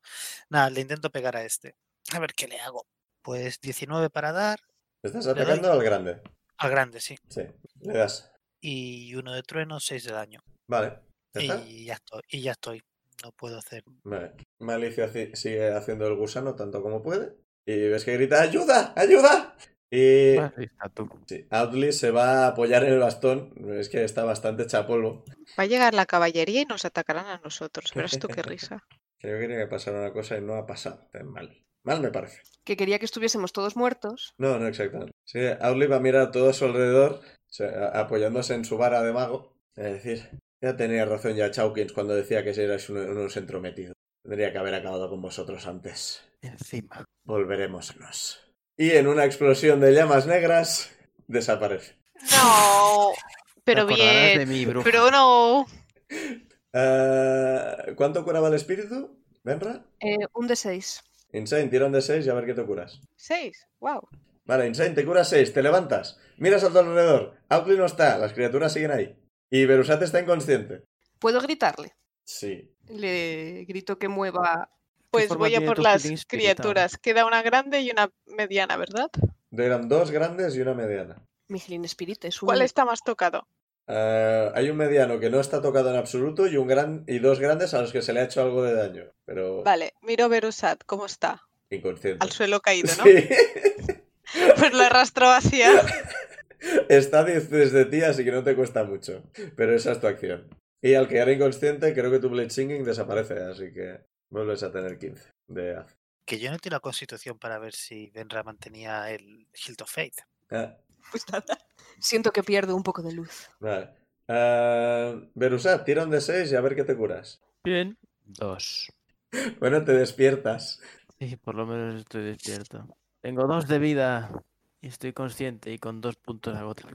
D: Nada, le intento pegar a este. A ver qué le hago. Pues 19 para dar.
A: Estás
D: doy.
A: atacando al grande.
D: Al grande, sí.
A: Sí, le das.
D: Y uno de trueno, 6 de daño.
A: Vale. ¿Ya está?
D: Y ya estoy. Y ya estoy. No puedo hacer.
A: Vale. Malicia hace- sigue haciendo el gusano tanto como puede. Y ves que grita, ¡ayuda! ¡Ayuda! Y
E: Ahí está tú.
A: sí, Audley se va a apoyar en el bastón. Es que está bastante chapolvo.
C: Va a llegar la caballería y nos atacarán a nosotros. Verás tú qué risa.
A: Creo que tiene que pasar una cosa y no ha pasado. Está mal. Mal me parece.
B: Que quería que estuviésemos todos muertos.
A: No, no exactamente. Sí, Audley va a mirar todo a su alrededor, o sea, a- apoyándose en su vara de mago. Es decir, ya tenía razón ya Chawkins cuando decía que erais uno- unos entrometidos. Tendría que haber acabado con vosotros antes.
E: Encima.
A: Volveremosnos. Y en una explosión de llamas negras, desaparece.
C: No, pero
E: Te acordarás
C: bien.
E: de mí, bruja.
C: Pero no.
A: Ah, ¿Cuánto curaba el espíritu? ¿Benra?
B: Eh, un de 6.
A: Insane, tira un de 6 y a ver qué te curas.
C: Seis. Wow.
A: Vale, Insane, te curas 6, te levantas, miras a tu alrededor, Audley no está, las criaturas siguen ahí. Y Berusat está inconsciente.
B: ¿Puedo gritarle?
A: Sí,
B: Le grito que mueva.
C: Pues
E: forma
C: voy a
E: tiene
C: por
E: tu
C: las
E: healing spirit ahora?
C: criaturas. Queda una grande y una mediana, ¿verdad?
A: Eran dos grandes y una mediana.
B: Mi Healing Spirit es un.
C: ¿Cuál está más tocado?
A: Eh, hay un mediano que no está tocado en absoluto y, un gran... y dos grandes a los que se le ha hecho algo de daño, pero
C: Vale, miro Verusat, ¿cómo está?
A: inconsciente.
C: Al suelo caído, ¿no?
A: Sí.
C: Pues lo arrastro hacia.
A: está diez desde ti, así que no te cuesta mucho. Pero esa es tu acción. Y al quedar inconsciente, creo que tu Blade Singing desaparece, así que vuelves a tener 15 de haz.
D: Que yo no tiro la constitución para ver si Benra mantenía el Hilt of Faith.
A: Ah,
C: Pues nada.
B: Siento que pierdo un poco de luz.
A: vale. Eh, Berusat, tira un de 6 y a ver qué te curas.
E: Bien. Dos.
A: Bueno, te despiertas.
E: Sí, por lo menos estoy despierto. Tengo dos de vida y estoy consciente y con dos puntos agotados.